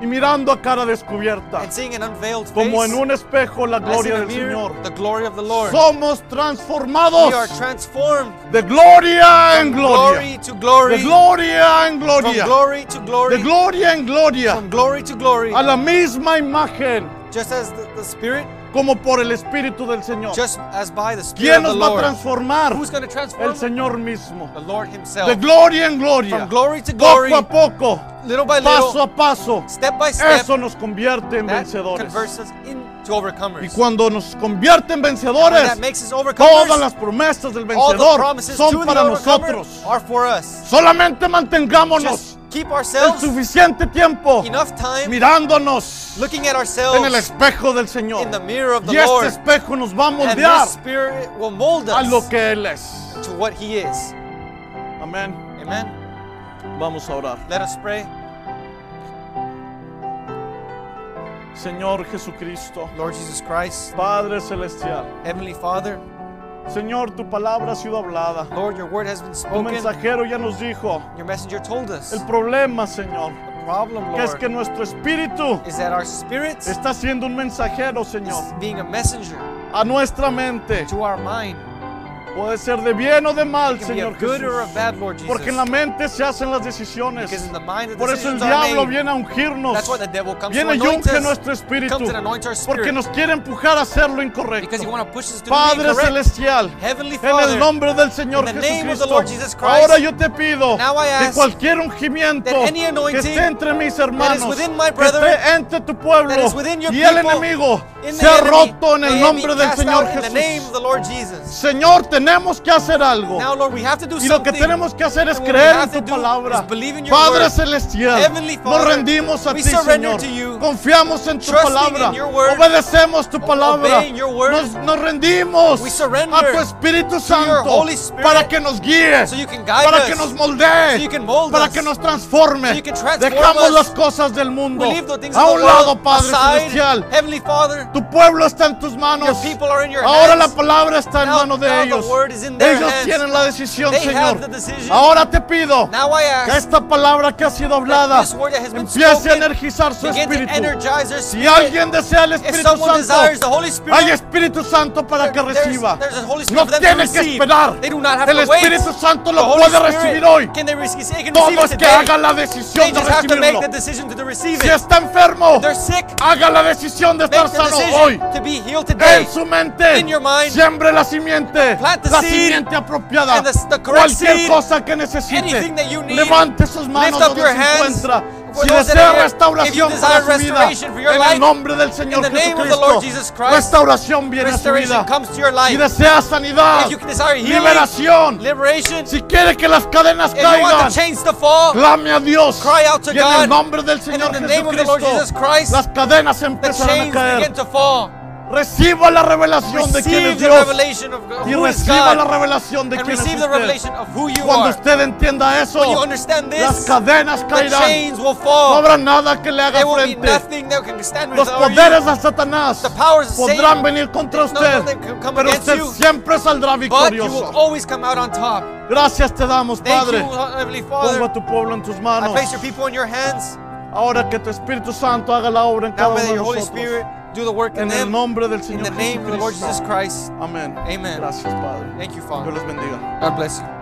S1: y mirando a cara descubierta,
S2: and seeing an unveiled face.
S1: como en un espejo la
S2: as in
S1: gloria
S2: a
S1: del
S2: mirror,
S1: Señor.
S2: The glory of the Lord.
S1: Somos
S2: we are
S1: transformados
S2: transformed
S1: de gloria en
S2: from glory
S1: gloria.
S2: to glory.
S1: De gloria en
S2: from
S1: gloria.
S2: glory to glory.
S1: De gloria en gloria.
S2: from glory to glory.
S1: A la misma imagen
S2: just as the, the Spirit,
S1: como por el Espíritu del Señor.
S2: just as by the Spirit
S1: ¿Quién
S2: of the
S1: nos va a
S2: Lord.
S1: transformar?
S2: Who's going to transform?
S1: El Señor mismo.
S2: The Lord Himself.
S1: De gloria en gloria.
S2: From glory to glory.
S1: Poco a poco.
S2: little by little.
S1: Paso a paso.
S2: step by step.
S1: Eso nos convierte en
S2: that
S1: vencedores.
S2: converts us into
S1: Y
S2: overcomers.
S1: cuando nos convierte en
S2: And
S1: vencedores,
S2: that makes us overcomers.
S1: todas las promesas del
S2: All the
S1: vencedor
S2: promises to
S1: son
S2: the
S1: para
S2: overcomer
S1: nosotros.
S2: are for us.
S1: Solamente mantengámonos
S2: Just keep
S1: el
S2: ourselves
S1: suficiente tiempo
S2: enough time
S1: mirándonos
S2: looking at
S1: en el
S2: ourselves
S1: espejo del Señor.
S2: in the mirror of the
S1: Y este
S2: Lord.
S1: espejo nos va a
S2: And
S1: moldear
S2: this spirit will mold
S1: a lo
S2: us
S1: que Él es.
S2: to what He is.
S1: Amén.
S2: Amen.
S1: Vamos a orar.
S2: Let us pray.
S1: Señor Jesucristo,
S2: Lord Jesus Christ,
S1: Padre Celestial.
S2: Heavenly Father,
S1: Señor, tu palabra ha sido hablada.
S2: Lord, your word has been
S1: Tu
S2: spoken.
S1: mensajero ya nos dijo
S2: Your messenger told us
S1: el
S2: the
S1: problema, Señor,
S2: problem,
S1: que es que
S2: Lord,
S1: nuestro espíritu
S2: is that our spirit is
S1: está siendo un mensajero, Señor,
S2: being a messenger
S1: a nuestra mente.
S2: to our mind.
S1: Puede ser de bien o de mal,
S2: It can be
S1: Señor
S2: of good or of
S1: Jesús.
S2: bad, Lord Jesus.
S1: Porque en la mente se hacen las decisiones.
S2: Because in the mind the
S1: Por eso el
S2: decisions are
S1: diablo
S2: made.
S1: viene a ungirnos.
S2: That's why the devil comes
S1: Viene
S2: to
S1: y
S2: anoint
S1: unge
S2: us.
S1: nuestro
S2: He
S1: espíritu.
S2: comes and anoints our spirit.
S1: Porque nos quiere empujar a hacer lo incorrecto.
S2: Because he wants to push us to the
S1: Padre
S2: incorrect.
S1: celestial,
S2: Heavenly
S1: en el
S2: Father,
S1: nombre del Señor
S2: in the name of the
S1: Jesucristo,
S2: Lord Jesus Christ,
S1: ahora yo te pido
S2: now I
S1: que
S2: ask
S1: cualquier ungimiento
S2: that any
S1: que
S2: anointing
S1: esté entre mis hermanos,
S2: within my
S1: que
S2: brethren,
S1: esté entre tu pueblo
S2: that is within your
S1: y el
S2: people,
S1: enemigo,
S2: in the
S1: sea
S2: enemy,
S1: roto en
S2: may
S1: el
S2: it
S1: nombre
S2: be
S1: del
S2: cast
S1: Señor
S2: out in the name of
S1: Jesús.
S2: the Lord Jesus.
S1: Señor, tenemos que hacer algo.
S2: Now, Lord, we have to do
S1: Y lo que
S2: something.
S1: tenemos que hacer es
S2: And what we
S1: creer en
S2: have
S1: tu
S2: to do
S1: palabra.
S2: is believe in your
S1: Padre
S2: word.
S1: celestial,
S2: Heavenly
S1: nos
S2: Father,
S1: rendimos a
S2: we
S1: ti, Señor.
S2: surrender to you,
S1: Confiamos en tu
S2: trusting
S1: palabra.
S2: in your word,
S1: Obedecemos tu palabra.
S2: obeying your word.
S1: Nos, nos rendimos
S2: We surrender
S1: a tu Espíritu Santo
S2: Holy Spirit
S1: para que nos guíe,
S2: so you can guide
S1: para
S2: us,
S1: que nos moldee,
S2: so you can mold
S1: para
S2: us,
S1: que nos transforme.
S2: so you can transform
S1: Dejamos
S2: us.
S1: las cosas del mundo
S2: We leave the things
S1: a
S2: of
S1: un
S2: the world
S1: lado, Padre
S2: aside.
S1: celestial.
S2: Heavenly Father,
S1: Tu pueblo está en tus manos.
S2: Your people are in your
S1: Ahora la
S2: hands.
S1: palabra está en
S2: Now-
S1: manos
S2: now
S1: de
S2: the
S1: ellos.
S2: word is in their
S1: Ellos
S2: hands.
S1: tienen la decisión,
S2: They have
S1: Señor.
S2: the decision.
S1: Ahora te pido
S2: now I
S1: que
S2: ask
S1: esta palabra que ha sido hablada
S2: that this word that has been
S1: empiece a
S2: spoken
S1: energizar su
S2: begin to
S1: espíritu.
S2: energize their
S1: Si
S2: spirit.
S1: alguien desea el
S2: if
S1: Espíritu
S2: someone desires the
S1: Santo,
S2: Holy Spirit,
S1: hay Espíritu Santo para que
S2: there- there's-
S1: reciba.
S2: there's a Holy Spirit
S1: No
S2: for them to
S1: tiene que
S2: receive.
S1: esperar.
S2: They do not have
S1: El
S2: to wait.
S1: Espíritu Santo
S2: The
S1: lo
S2: Holy
S1: puede
S2: Spirit,
S1: recibir hoy.
S2: Can they receive, they can receive
S1: Todo
S2: it
S1: es que
S2: today.
S1: haga la
S2: They
S1: decisión de
S2: just have to make
S1: recibirlo.
S2: the decision to receive
S1: Si
S2: it.
S1: está enfermo,
S2: They're sick.
S1: haga la decisión de estar
S2: Make the
S1: sano
S2: decision
S1: hoy.
S2: to be healed today.
S1: En su mente,
S2: In your mind.
S1: siembre la simiente,
S2: Plant the
S1: la
S2: seed.
S1: simiente apropiada,
S2: And the- the correct
S1: cualquier
S2: seed.
S1: cosa que necesite.
S2: Anything that you need.
S1: Levante sus manos
S2: Lift up
S1: donde
S2: your
S1: se
S2: hands.
S1: encuentra.
S2: For
S1: Si
S2: those that
S1: desea
S2: are here, if you
S1: restauración
S2: desire
S1: para su vida,
S2: restoration for your
S1: en el
S2: life,
S1: nombre del Señor
S2: the name of the
S1: Jesucristo,
S2: Lord Jesus Christ,
S1: restauración viene a su vida.
S2: Restoration comes to your
S1: Si
S2: life.
S1: desea sanidad,
S2: If you desire healing,
S1: liberación,
S2: liberation,
S1: si quiere que las cadenas
S2: if you
S1: caigan,
S2: want the chains to fall,
S1: Clame a Dios.
S2: Cry out to
S1: y en el
S2: God.
S1: nombre del
S2: And
S1: Señor
S2: in the name of the Lord Jesus
S1: Jesucristo,
S2: Christ,
S1: las cadenas
S2: the
S1: empezarán a
S2: chains
S1: caer.
S2: begin to fall.
S1: Reciba la revelación de quién es
S2: Receive the
S1: Dios.
S2: revelation of God-
S1: Y
S2: who is
S1: reciba la
S2: God.
S1: revelación de
S2: And
S1: quién es
S2: receive the
S1: usted.
S2: revelation of who you
S1: Cuando
S2: are.
S1: usted entienda eso,
S2: When you understand
S1: las
S2: this,
S1: cadenas
S2: the
S1: caerán.
S2: chains will
S1: No
S2: fall.
S1: habrá nada que le haga
S2: There will be
S1: frente.
S2: nothing that can stand
S1: Los
S2: with
S1: poderes de Satanás
S2: The powers of
S1: podrán
S2: Satan,
S1: venir contra
S2: no, no,
S1: usted,
S2: they can come
S1: pero
S2: against
S1: usted
S2: you.
S1: siempre saldrá
S2: But you will
S1: victorioso.
S2: always come out on top.
S1: Gracias te damos,
S2: Thank
S1: Padre.
S2: you, Heavenly
S1: Pongo a
S2: Father.
S1: tu pueblo en tus
S2: I
S1: manos.
S2: place your people in your hands.
S1: Ahora que tu Espíritu Santo haga la obra en cada
S2: Now
S1: uno
S2: may
S1: de
S2: your Holy
S1: nosotros.
S2: Spirit do the work in
S1: En el
S2: them.
S1: nombre del
S2: In
S1: Señor
S2: the name of the Lord
S1: Jesucristo.
S2: Jesus Christ.
S1: Amén.
S2: Amen.
S1: Gracias, Padre.
S2: Thank you,
S1: Dios
S2: Father.
S1: les bendiga.
S2: God bless you.